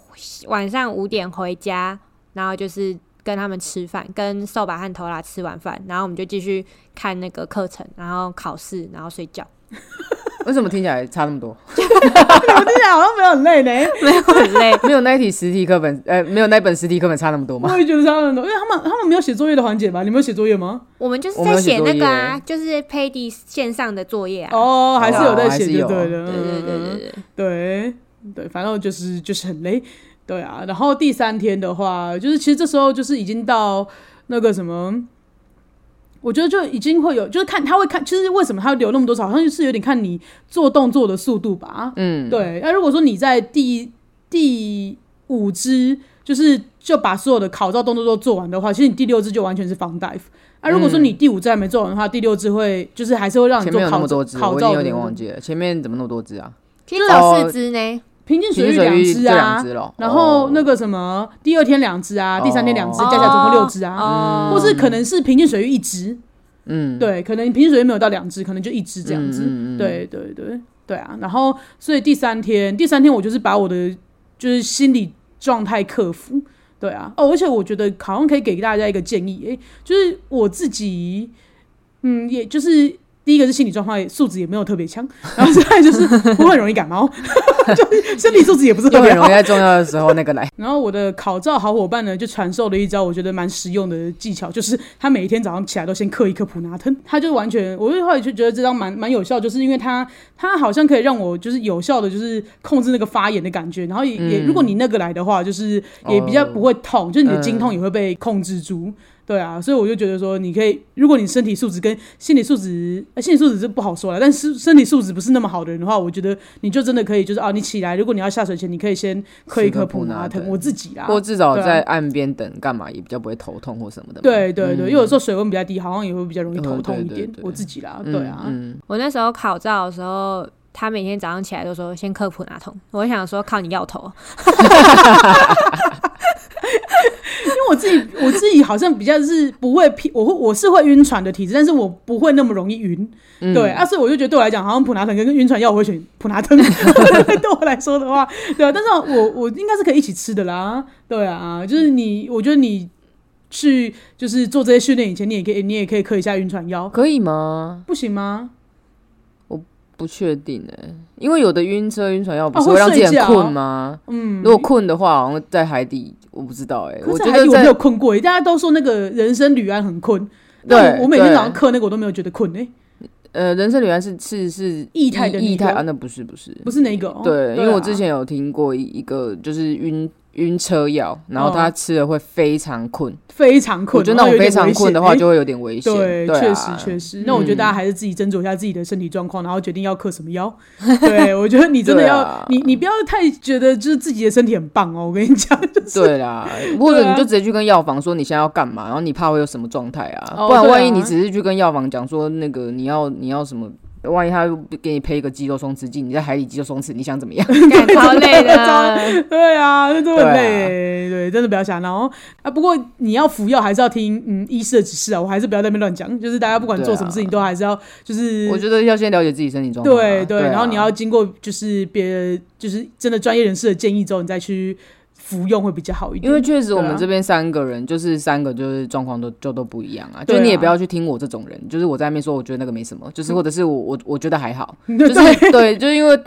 Speaker 2: 晚上五点回家，然后就是跟他们吃饭，跟扫把和头啦吃完饭，然后我们就继续看那个课程，然后考试，然后睡 *laughs* 觉，
Speaker 3: 为什么听起来差那么多？
Speaker 1: 我听起来好像没有很累呢。
Speaker 2: 没有很累。
Speaker 3: 没有那一题实体课本， *laughs* 呃，没有那本实体课本差那么多吗？
Speaker 1: 我也觉得他们，因为他们他们没有写作业的环节吧？你们有写作业吗？
Speaker 2: 我们就是
Speaker 3: 我们
Speaker 2: 在
Speaker 3: 有写
Speaker 2: 写
Speaker 3: 作业
Speaker 2: 那个啊，就是 Paddy 线上的作业啊。
Speaker 1: 哦，还是有在写，就
Speaker 3: 哦还
Speaker 1: 对
Speaker 3: 是
Speaker 1: 了。
Speaker 2: 对对对对
Speaker 1: 嗯
Speaker 2: 对，
Speaker 1: 对对，反正就是就是很累，对啊。然后第三天的话，就是其实这时候就是已经到那个什么。我觉得就已经会有，就是看他会看，其实为什么他会留那么多次，好像就是有点看你做动作的速度吧。
Speaker 3: 嗯，
Speaker 1: 对，那如果说你在第第五支就是就把所有的考照动作都做完的话，其实你第六支就完全是防 dive。那、如果说你第五支还没做完的话，第六支会就是还是会让你
Speaker 3: 嗯 *laughs* 前
Speaker 1: 做
Speaker 3: 面有那
Speaker 1: 考
Speaker 3: 么
Speaker 1: 照
Speaker 3: 多字，
Speaker 1: 考
Speaker 3: 我已经
Speaker 1: 照
Speaker 3: 有
Speaker 1: 的
Speaker 3: 点忘记了，前面怎么那么多字啊？
Speaker 2: 其实有四肢呢，
Speaker 1: 平均
Speaker 3: 平
Speaker 1: 水域
Speaker 3: 均水
Speaker 1: 两
Speaker 3: 域
Speaker 1: 支
Speaker 3: 就两
Speaker 1: 啊，
Speaker 3: 只咯。
Speaker 1: 然后那
Speaker 3: 个
Speaker 1: 个什么第二天两支啊，第三天两支，
Speaker 3: 哦
Speaker 1: 加起来总共六支啊，
Speaker 2: 哦
Speaker 1: 或是可能是平均水域一支，
Speaker 3: 嗯，
Speaker 1: 对，啊可能平均水域没有到两支，可能就一支这样子。
Speaker 3: 嗯，嗯，
Speaker 1: 对对对对啊！然后所以第三天，第三天我就是把我的就是心理状态克服。对啊，哦，而且我觉得好像可以给大家一个建议，诶、就是我自己，嗯，也就是第一个是心理状态素质也没有特别强，然后再来就是我很容易感冒， *laughs* 就是身体素质也不是
Speaker 3: 嗯又
Speaker 1: 特别
Speaker 3: 很容
Speaker 1: 好
Speaker 3: 易。在重要的时候
Speaker 1: *laughs*
Speaker 3: 那个来。
Speaker 1: 然后我的考照好伙伴呢，就传授了一招我觉得蛮实用的技巧，就是他每一天早上起来都先嗑一颗普拿疼，他就完全，我就后来就觉得这招蛮蛮有效，就是因为他他好像可以让我就是有效的就是控制那个发炎的感觉，然后也、也如果你那个来的话，就是也比较不会痛，就是你的经痛也会被控制住。对啊，所以我就觉得说，你可以，如果你身体素质跟心理素质，呃心理素质是不好说了，但是身体素质不是那么好的人的话，我觉得你就真的可以，就是啊，你起来，如果你要下水前，你可以先嗑一
Speaker 3: 吃
Speaker 1: 颗
Speaker 3: 个
Speaker 1: 普
Speaker 3: 普
Speaker 1: 拿
Speaker 3: 拿
Speaker 1: 疼，
Speaker 3: 疼
Speaker 1: 我自己啦。
Speaker 3: 或至少
Speaker 1: 对啊
Speaker 3: 在岸边等干嘛也比较不会头痛或什么的嘛。
Speaker 1: 对啊对对，因为有时候水温比较低，好像也会比较容易头痛一
Speaker 3: 对
Speaker 1: 点
Speaker 3: 对对。对
Speaker 1: 我自己啦，
Speaker 3: 嗯嗯，
Speaker 1: 对啊，
Speaker 3: 嗯，
Speaker 2: 我那时候考照的时候，他每天早上起来都说先科普拿桶，我想说靠你要 *laughs* 头，
Speaker 1: 因为我自己我自己好像比较是不会偏，我会我是会晕船的体质，但是我不会那么容易晕。
Speaker 3: 嗯
Speaker 1: 对啊，所以我就觉得对我来讲，好像普拿疼跟晕船药，我会选普拿疼。 *laughs* 对我来说的话，对啊，但是我我应该是可以一起吃的啦。对啊，就是你，我觉得你去就是做这些训练以前，你也可以你也可以嗑一下晕船药，
Speaker 3: 可以吗？
Speaker 1: 不行吗？
Speaker 3: 不确定哎、因为有的晕车晕船药不
Speaker 1: 哦
Speaker 3: 是会让自己
Speaker 1: 会睡
Speaker 3: 很
Speaker 1: 觉
Speaker 3: 困吗？
Speaker 1: 嗯，
Speaker 3: 如果困的话，好像在海底，我不知道哎、
Speaker 1: 可
Speaker 3: 我
Speaker 1: 是
Speaker 3: 觉
Speaker 1: 还
Speaker 3: 得
Speaker 1: 有没
Speaker 3: 在
Speaker 1: 有困过耶？大家都说那个人生旅安很困，但
Speaker 3: 对，
Speaker 1: 我我每天
Speaker 3: 对
Speaker 1: 早上嗑那个我都没有觉得困诶、
Speaker 3: 呃，人生旅行是是是
Speaker 1: 液态的那
Speaker 3: 液态
Speaker 1: 个
Speaker 3: 啊，那不是不是
Speaker 1: 不是那个、哦。
Speaker 3: 对，因
Speaker 1: 啊
Speaker 3: 为我之前有听过一一个就是晕晕车药，然后他吃了会非常困，
Speaker 1: 非常哦困，
Speaker 3: 我觉得那种非常困的话
Speaker 1: 然
Speaker 3: 就会有点危险，
Speaker 1: 后有点危险诶
Speaker 3: 对啊，
Speaker 1: 对，确实确实。那我觉得大家还是自己斟酌一下自己的身体状况，然后决定要嗑什么药。
Speaker 3: *laughs*
Speaker 1: 对，我觉得你真的
Speaker 3: 对
Speaker 1: 要
Speaker 3: 啊，
Speaker 1: 你你不要太觉得就是自己的身体很棒哦。我跟你讲， *laughs*
Speaker 3: *laughs* 对啦，或
Speaker 1: 对
Speaker 3: 者
Speaker 1: 啊
Speaker 3: 你就直接去跟药房说你现在要干嘛，然后你怕会有什么状态啊？
Speaker 1: 哦
Speaker 3: 不然
Speaker 1: 对啊
Speaker 3: 万一你只是去跟药房讲说那个你要你要什么，万一他又给你配一个肌肉松弛剂，你在海里肌肉松弛，你想怎么样？
Speaker 2: 干超累的，
Speaker 1: 对啊，那真的很
Speaker 3: 对啊
Speaker 1: 累，对，真的不要想。然后啊，不过你要服药还是要听嗯医师的指示啊，我还是不要在那边乱讲。就是大家不
Speaker 3: 啊
Speaker 1: 管做什么事情，都还是要就是
Speaker 3: *laughs* 我觉得要先了解自己身体状况啊。
Speaker 1: 嗯对对，
Speaker 3: 啊
Speaker 1: 然后你要经过就是别人就是真的专业人士的建议之后，你再去服用会比较好一点。
Speaker 3: 因为确实我
Speaker 1: 对
Speaker 3: 们
Speaker 1: 啊
Speaker 3: 这边三个人就是三个就是状况都就都不一样啊，
Speaker 1: 对啊嗯
Speaker 3: 就你也不要去听我这种人，就是我在那边说我觉得那个没什么，就是或者是我我我觉得
Speaker 1: *laughs*
Speaker 3: 还好，就
Speaker 1: 对
Speaker 3: 是对，就是因为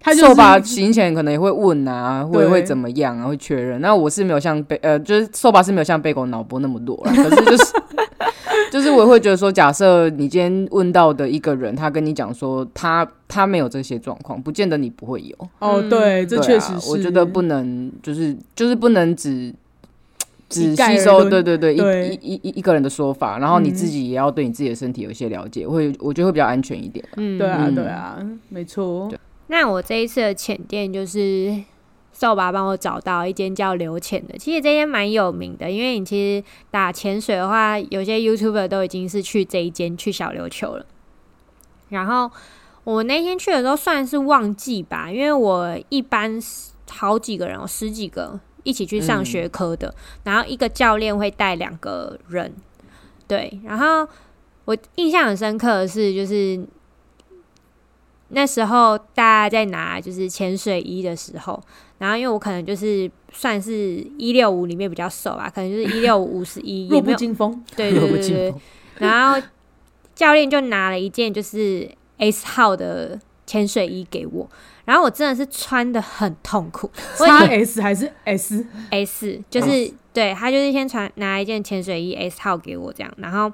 Speaker 1: 他就是
Speaker 3: 瘦吧行前可能也会问啊，会
Speaker 1: 对
Speaker 3: 会怎么样啊，会确认。那我是没有像贝呃，就是瘦吧是没有像贝狗脑波那么弱啦，可是就是就是我会觉得说，假设你今天问到的一个人，他跟你讲说他他没有这些状况，不见得你不会有。
Speaker 1: 哦，对，这
Speaker 3: 对
Speaker 1: 确
Speaker 3: 啊
Speaker 1: 实是，
Speaker 3: 我觉得不能就是就是不能只只
Speaker 1: 一概
Speaker 3: 吸
Speaker 1: 而
Speaker 3: 收，
Speaker 1: 论
Speaker 3: 对对对，
Speaker 1: 对
Speaker 3: 一一一一个人的说法，然后你
Speaker 1: 嗯
Speaker 3: 自己也要对你自己的身体有一些了解，会我觉得会比较安全一点。
Speaker 2: 嗯，
Speaker 1: 对啊，
Speaker 3: 嗯
Speaker 1: 对啊，没错，
Speaker 2: 那我这一次的浅店就是扫把帮我找到一间叫刘浅的，其实这间蛮有名的，因为你其实打潜水的话，有些 YouTuber 都已经是去这一间去小琉球了。然后我那天去的时候算是旺季吧，因为我一般是好几个人，有十几个一起去上学科的，然后一个教练会带两个人，对，然后。我印象很深刻的是，就是那时候大家在拿就是潜水衣的时候，然后因为我可能就是算是一六五里面比较瘦吧，可能就是一六五五十一，也
Speaker 1: 弱
Speaker 2: 没
Speaker 1: 不
Speaker 2: 有
Speaker 1: 禁风，
Speaker 2: 对对
Speaker 3: 弱不
Speaker 2: 对对
Speaker 3: 禁
Speaker 2: 对
Speaker 3: 风。 *laughs*
Speaker 2: 然后教练就拿了一件就是 S 号的潜水衣给我，然后我真的是穿的很痛
Speaker 3: *laughs*
Speaker 2: 苦，我已经
Speaker 1: 叉 S 还是 S，
Speaker 2: S，就是
Speaker 3: 嗯
Speaker 2: 对他就是先传拿一件潜水衣 S 号给我这样，然后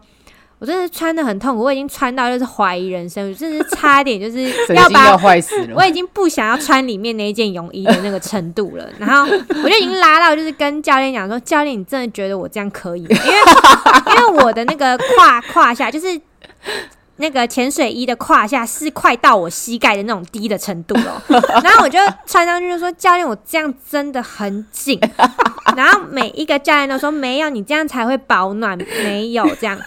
Speaker 2: 我真的是穿的很痛苦，我已经穿到就是怀疑人生，甚至差一点就是
Speaker 3: *laughs* 神
Speaker 2: 要
Speaker 3: 经要
Speaker 2: 把。
Speaker 3: 坏死了
Speaker 2: 我，已经不想要穿里面那一件泳衣的那个程度了，然后我就已经拉到就是跟教练讲说，教练，你真的觉得我这样可以吗？因为因为我的那个胯胯下就是那个潜水衣的胯下是快到我膝盖的那种低的程度了，然后我就穿上去就说：“教练，我这样真的很紧。”然后每一个教练都说：“没有，你这样才会保暖，没有这样。”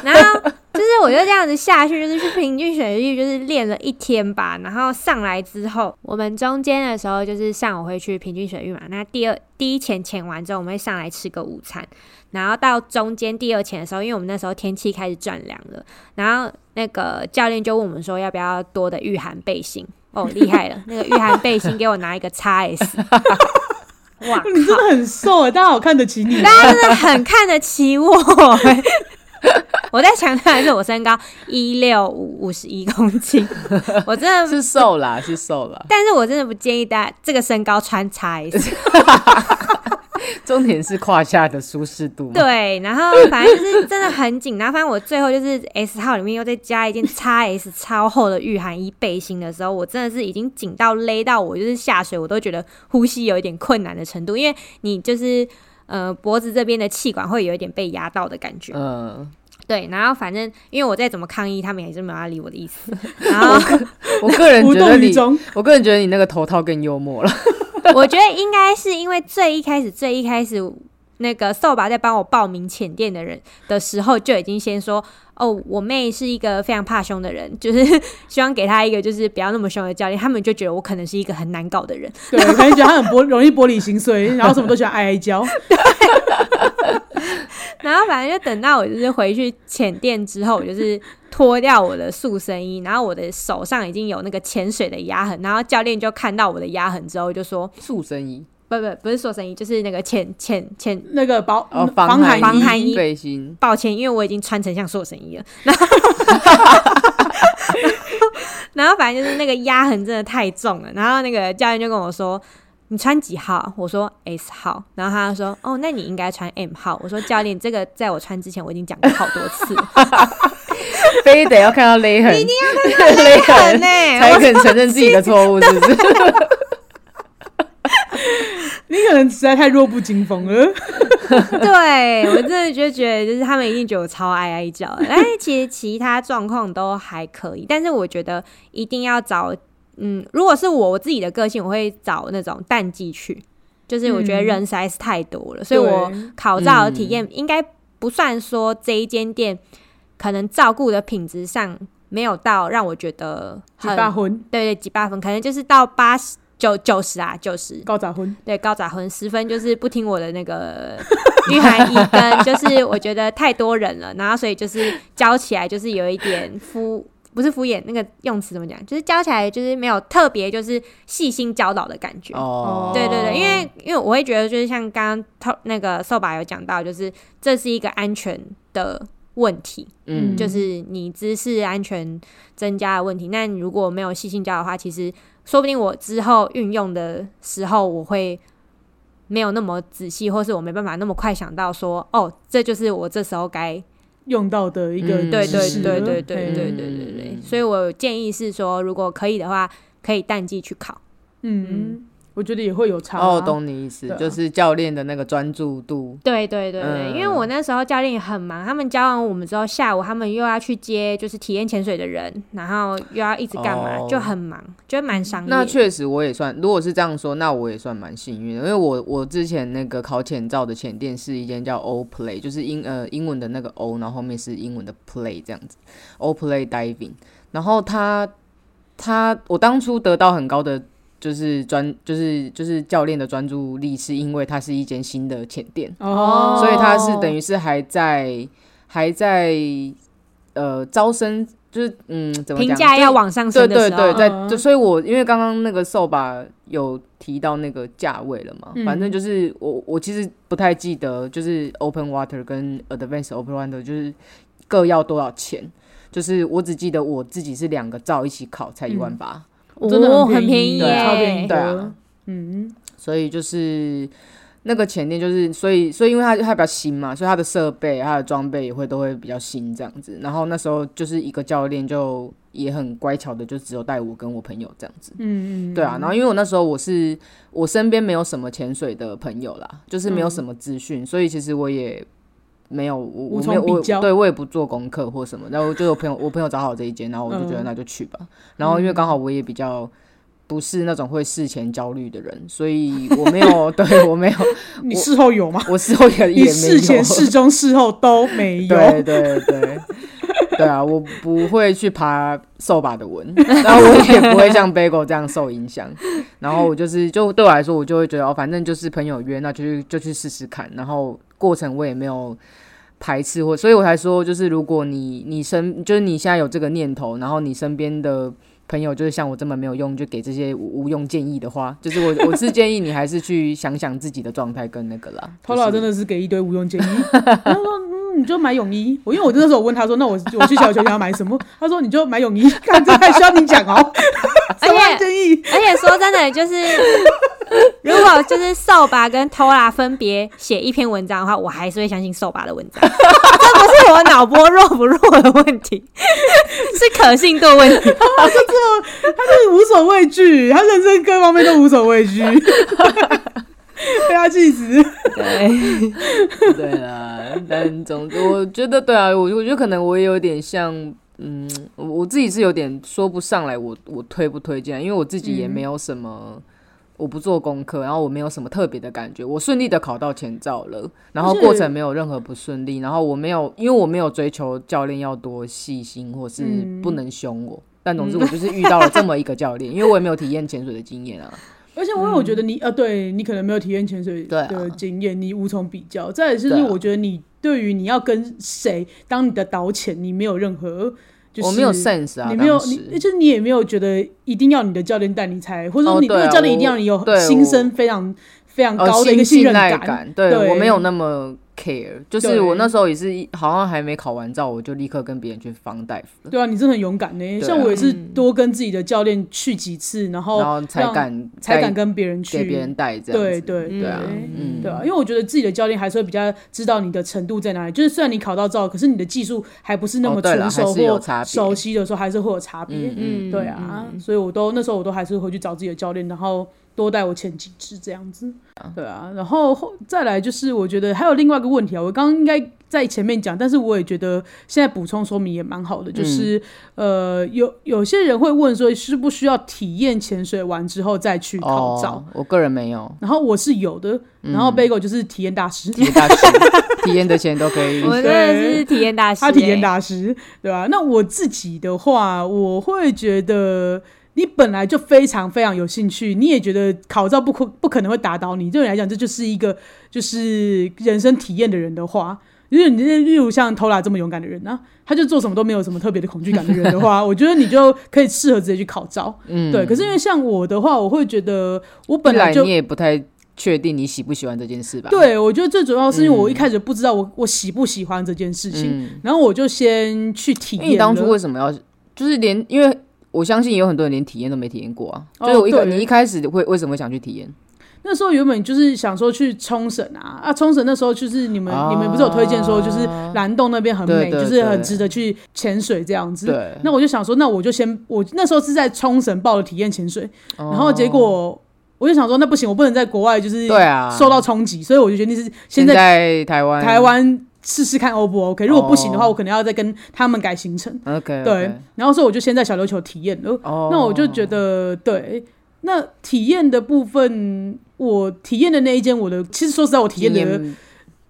Speaker 2: *laughs* 然后就是我就这样子下去，就是去平均水域，就是练了一天吧。然后上来之后，我们中间的时候就是上午会去平均水域嘛。那第二第一潜潜完之后，我们会上来吃个午餐。然后到中间第二潜的时候，因为我们那时候天气开始转凉了，然后那个教练就问我们说要不要多的御寒背心。哦，厉害了！那个御寒背心给我拿一个 XS，哇靠！
Speaker 1: *laughs* 你真的很瘦哎，大家好看得起 *laughs* 你，
Speaker 2: 大家真的很看得起我、 *laughs* 欸。我在强调的是，我身高一六五五十一公斤，我真的，
Speaker 3: *laughs* 是瘦啦，是瘦啦。
Speaker 2: 但是我真的不建议大家这个身高穿 XS。
Speaker 3: 重点是胯下的舒适度嘛。
Speaker 2: 对，然后反正就是真的很紧，然后反正我最后就是 S 号里面又再加一件 XS 超厚的御寒衣背心的时候，我真的是已经紧到勒到我，就是下水我都觉得呼吸有一点困难的程度，因为你就是呃脖子这边的气管会有一点被压到的感觉。
Speaker 3: 嗯，
Speaker 2: 对，然后反正因为我再怎么抗议，他们也是没有要理我的意思。然后
Speaker 3: 我个人
Speaker 1: 无
Speaker 3: 觉得
Speaker 1: 动于
Speaker 3: 你，
Speaker 1: 衷，
Speaker 3: 我个人觉得你那个头套更幽默了。
Speaker 2: 我觉得应该是因为最一开始，最一开始那个扫把在帮我报名浅店的人的时候，就已经先说哦，我妹是一个非常怕凶的人，就是 *laughs* 希望给她一个就是不要那么凶的教练，他们就觉得我可能是一个很难搞的人。
Speaker 1: *laughs* 对，可能觉得他很玻容易玻璃心碎， *laughs* 然后什么都喜欢哀哀叫，
Speaker 2: 然后反正就等到我就是回去浅店之后，我就是脱掉我的塑身衣，然后我的手上已经有那个潜水的压痕，然后教练就看到我的压痕之后就说。
Speaker 3: 塑身衣，
Speaker 2: 不不不是塑身衣，就是那个浅浅浅。
Speaker 1: 那个保嗯
Speaker 3: 哦，
Speaker 1: 防
Speaker 3: 寒
Speaker 1: 衣，
Speaker 2: 防寒衣
Speaker 3: 背心，
Speaker 2: 抱歉，因为我已经穿成像塑身衣了。 *laughs* 然后，然后反正就是那个压痕真的太重了。然后那个教练就跟我说：“你穿几号？”我说：“S 号。”然后他就说：“哦，那你应该穿 M 号。”我说：“教练，这个在我穿之前我已经讲过好多次了，
Speaker 3: 非得要看到勒痕，一定要看 *laughs* 到勒
Speaker 2: *laughs* 很呢、
Speaker 3: 才肯承认自己的错误，是不是？
Speaker 1: 你可能实在太弱不禁风了。
Speaker 2: 对我真的就觉得，就是他们一定觉得我超爱爱叫的，但是其实其他状况都还可以，但是我觉得一定要找，嗯，如果是我我自己的个性，我会找那种淡季去，就是我觉得
Speaker 1: 嗯
Speaker 2: 人实在是太多了，所以我
Speaker 1: 对
Speaker 2: 考照的体验应该不算说这一间店可能照顾的品质上没有到让我觉得
Speaker 1: 举
Speaker 2: 很
Speaker 1: 大婚、
Speaker 2: 对对几八分，可能就是到八十九九十啊九十
Speaker 1: 高杂婚，
Speaker 2: 对高杂魂十分就是不听我的那个御寒衣跟，就是我觉得太多人了，然后所以就是教起来就是有一点敷，不是敷衍，那个用词怎么讲？就是教起来就是没有特别就是细心教导的感觉。
Speaker 3: 哦
Speaker 2: 对对对，因为因为我会觉得就是像刚刚那个扫把有讲到，就是这是一个安全的问题，
Speaker 3: 嗯
Speaker 2: 就是你知识安全增加的问题。那你如果没有细心教的话，其实说不定我之后运用的时候，我会没有那么仔细，或是我没办法那么快想到说，哦，这就是我这时候该
Speaker 1: 用到的一个
Speaker 3: 嗯
Speaker 2: 对
Speaker 1: 知
Speaker 2: 对
Speaker 1: 识
Speaker 2: 对
Speaker 1: 了
Speaker 2: 对对对
Speaker 1: 嘿嗯
Speaker 2: 对对对对。所以我建议是说，如果可以的话，可以淡季去考。
Speaker 1: 嗯，我觉得也会有差、
Speaker 3: 哦，懂你意思
Speaker 1: 对，啊
Speaker 3: 就是教练的那个专注度，
Speaker 2: 对对对对，
Speaker 3: 嗯
Speaker 2: 因为我那时候教练也很忙，他们教完我们之后，下午他们又要去接就是体验潜水的人，然后又要一直干嘛，
Speaker 3: 哦
Speaker 2: 就很忙，就蛮商业。
Speaker 3: 那确实，我也算，如果是这样说，那我也算蛮幸运的，因为我我之前那个考潜照的潜店是一间叫 O Play，就是英呃英文的那个 O，然后后面是英文的 Play 这样子，O Play Diving。然后他他我当初得到很高的就是专就是就是教练的专注力，是因为它是一间新的潜店，
Speaker 1: 哦，
Speaker 3: 所以他是等于是还在还在呃招生，就是嗯怎么
Speaker 2: 评
Speaker 3: 讲，
Speaker 2: 价
Speaker 3: 就
Speaker 2: 要往上
Speaker 3: 对
Speaker 2: 升的时
Speaker 3: 对
Speaker 2: 候，
Speaker 3: 对，在
Speaker 1: 嗯
Speaker 3: 就所以我因为刚刚那个瘦吧有提到那个价位了嘛，
Speaker 1: 嗯
Speaker 3: 反正就是我我其实不太记得，就是 Open Water 跟 Advanced Open Water 就是各要多少钱，就是我只记得我自己是两个照一起考才一
Speaker 2: 嗯
Speaker 3: 万八、
Speaker 1: 真的
Speaker 2: 哦很
Speaker 1: 便
Speaker 2: 宜
Speaker 3: 对
Speaker 2: 耶，
Speaker 3: 啊
Speaker 1: 超便宜
Speaker 3: 对
Speaker 1: 的，
Speaker 3: 啊
Speaker 1: 嗯，
Speaker 3: 所以就是那个前店就是，所以所以因为它它比较新嘛，所以它的设备、它的装备也会都会比较新这样子。然后那时候就是一个教练就也很乖巧的，就只有带我跟我朋友这样子。嗯嗯，对啊。然后因为我那时候我是我身边没有什么潜水的朋友啦，就是没有什么资讯，所以其实我也。没有，我
Speaker 1: 无
Speaker 3: 我
Speaker 1: 从
Speaker 3: 没有我
Speaker 1: 比较
Speaker 3: 对我也不做功课或什么，然后就有朋友我朋友找好这一间，然后我就觉
Speaker 1: 嗯
Speaker 3: 得那就去吧。然后因为刚好我也比较不是那种会事前焦虑的人，所以我没有， *laughs* 对我没有，
Speaker 1: 你事后有吗？
Speaker 3: 我事后也
Speaker 1: 你
Speaker 3: 也没有。
Speaker 1: 事前、事中、事后都没有。
Speaker 3: *laughs* 对对对对啊，我不会去爬瘦吧的文，然后我也不会像 Bagel 这样受影响。然后我就是，就对我来说，我就会觉得哦，反正就是朋友约，那就去就去试试看。然后过程我也没有。排斥或，所以我才说，就是如果你你身就是你现在有这个念头，然后你身边的朋友就是像我这么没有用，就给这些无无用建议的话，就是我我是建议你还是去想想自己的状态跟那个啦。
Speaker 1: 头脑
Speaker 3: 就是
Speaker 1: 真的是给一堆无用建议。他说：“嗯，你就买泳衣。”我因为我那时候我问他说：“那我我去小球想要买什么？” *laughs* 他说：“你就买泳衣。” *laughs* 看这还需要你讲哦，什
Speaker 2: 而且
Speaker 1: 么建议？
Speaker 2: 而且说真的，就是如果就是瘦吧跟偷啦分别写一篇文章的话，我还是会相信瘦吧的文章。 *laughs* 这不是我脑波弱不弱的问题，是可信度问题。
Speaker 1: 他就是无所畏惧，他人生各方面都无所畏惧， *laughs* 被他气死。
Speaker 2: 对，
Speaker 3: *laughs* 对啦，但总之我觉得对啊，我我觉得可能我也有点像，嗯，我我自己是有点说不上来我，我推不推荐，因为我自己也
Speaker 1: 嗯
Speaker 3: 没有什么。我不做功课，然后我没有什么特别的感觉，我顺利的考到前照了，然后
Speaker 1: 不是
Speaker 3: 过程没有任何不顺利，然后我没有，因为我没有追求教练要多细心，或是
Speaker 1: 嗯
Speaker 3: 不能凶我，但总之我就是遇到了这么一个教练，因为我也没有体验潜水的经验啊，
Speaker 1: 而且我有觉得你、呃，对你可能没有体验潜水
Speaker 3: 嗯对啊
Speaker 1: 的经验，你无从比较。再来就是
Speaker 3: 对啊
Speaker 1: 我觉得你对于你要跟谁当你的导潜，你没有任何 *laughs* 就是
Speaker 3: 我没有 sense 啊，
Speaker 1: 你没有
Speaker 3: 当时
Speaker 1: 你，就是你也没有觉得一定要你的教练带你才，或者
Speaker 3: 哦
Speaker 1: 说你那
Speaker 3: 对
Speaker 1: 个
Speaker 3: 啊
Speaker 1: 教练一定
Speaker 3: 我
Speaker 1: 要你有
Speaker 3: 对
Speaker 1: 心生非常非常
Speaker 3: 呃
Speaker 1: 高的一
Speaker 3: 信
Speaker 1: 个信任
Speaker 3: 赖
Speaker 1: 感。
Speaker 3: 感，对
Speaker 1: 对
Speaker 3: 我没有那么 care，就是
Speaker 1: 对
Speaker 3: 我那时候也是一好像还没考完照，我就立刻跟别人去方大夫了，
Speaker 1: 对啊，你真的很勇敢呢、
Speaker 3: 啊
Speaker 1: 像我也是多跟自己的教练去几次，然后
Speaker 3: 然后才
Speaker 1: 让
Speaker 3: 敢
Speaker 1: 才
Speaker 3: 带
Speaker 1: 敢跟别人去。
Speaker 3: 给别人带这样
Speaker 1: 对
Speaker 3: 子，
Speaker 1: 对
Speaker 3: 对啊，
Speaker 1: 嗯
Speaker 3: 嗯，
Speaker 1: 对啊，因为我觉得自己的教练还是会比较知道你的程度在哪里。就是虽然你考到照，可是你的技术还不是那么
Speaker 3: 哦对啦
Speaker 1: 纯熟
Speaker 3: 还是有
Speaker 1: 或
Speaker 3: 差别
Speaker 1: 熟悉的时候，还是会有差别。
Speaker 2: 嗯，
Speaker 1: 对啊
Speaker 2: 嗯，，
Speaker 1: 所以我都那时候我都还是回去找自己的教练，然后多带我前几支这样子。对啊，然后后再来就是我觉得还有另外一个问题啊，我刚刚应该在前面讲，但是我也觉得现在补充说明也蛮好的，就是、呃有有些人会问说需不需要体验潜水完之后再去考照。，
Speaker 3: 哦，我个人没有
Speaker 1: 然后我是有的，然后 Bagel 就是体嗯验大师，
Speaker 3: 体验 *laughs* 大师体验的钱都可以，
Speaker 2: 我真的是体验大师、
Speaker 1: 他体验
Speaker 2: 欸
Speaker 1: 大师，对吧、那我自己的话，我会觉得你本来就非常非常有兴趣，你也觉得考照不可不可能会打倒你，对你来讲，这就是一个就是人生体验的人的话。因为你例如像偷拉这么勇敢的人呢、啊他就做什么都没有什么特别的恐惧感的人的 *laughs* 话，我觉得你就可以适合直接去考照。嗯，对。可是因为像我的话，我会觉得我本
Speaker 3: 一
Speaker 1: 来
Speaker 3: 来
Speaker 1: 就
Speaker 3: 你也不太确定你喜不喜欢这件事吧？，
Speaker 1: 对，我觉得最主要是因为
Speaker 3: 嗯
Speaker 1: 我一开始不知道我、我喜不喜欢这件事情，然后我就先去体
Speaker 3: 因
Speaker 1: 验
Speaker 3: 为
Speaker 1: 了。
Speaker 3: 嗯你当初为什么要，就是连因为。我相信也有很多人连体验都没体验过啊，
Speaker 1: 哦
Speaker 3: 就是我一开
Speaker 1: 对
Speaker 3: 你一开始会为什么会想去体验？
Speaker 1: 那时候原本就是想说去冲绳啊啊，冲绳那时候就是你们、
Speaker 3: 啊
Speaker 1: 你们不是有推荐说就是蓝洞那边很美，
Speaker 3: 对对
Speaker 1: 就是很
Speaker 3: 对
Speaker 1: 值得去潜水这样子。
Speaker 3: 对，
Speaker 1: 那我就想说，那我就先我那时候是在冲绳报了体验潜水，然后结果我就想说，那不行，我不能在国外就是
Speaker 3: 哦对啊，
Speaker 1: 受到冲击，所以我就决定是先
Speaker 3: 现
Speaker 1: 在
Speaker 3: 在台湾
Speaker 1: 台湾试试看 O 不 OK。如果不行的话，
Speaker 3: 哦
Speaker 1: 我可能要再跟他们改行程。
Speaker 3: OK
Speaker 1: 对，然后所以我就先在小琉球体验了。
Speaker 3: 哦，
Speaker 1: 那我就觉得，对，那体验的部分，我体验的那一间，我的其实说实在，我体验的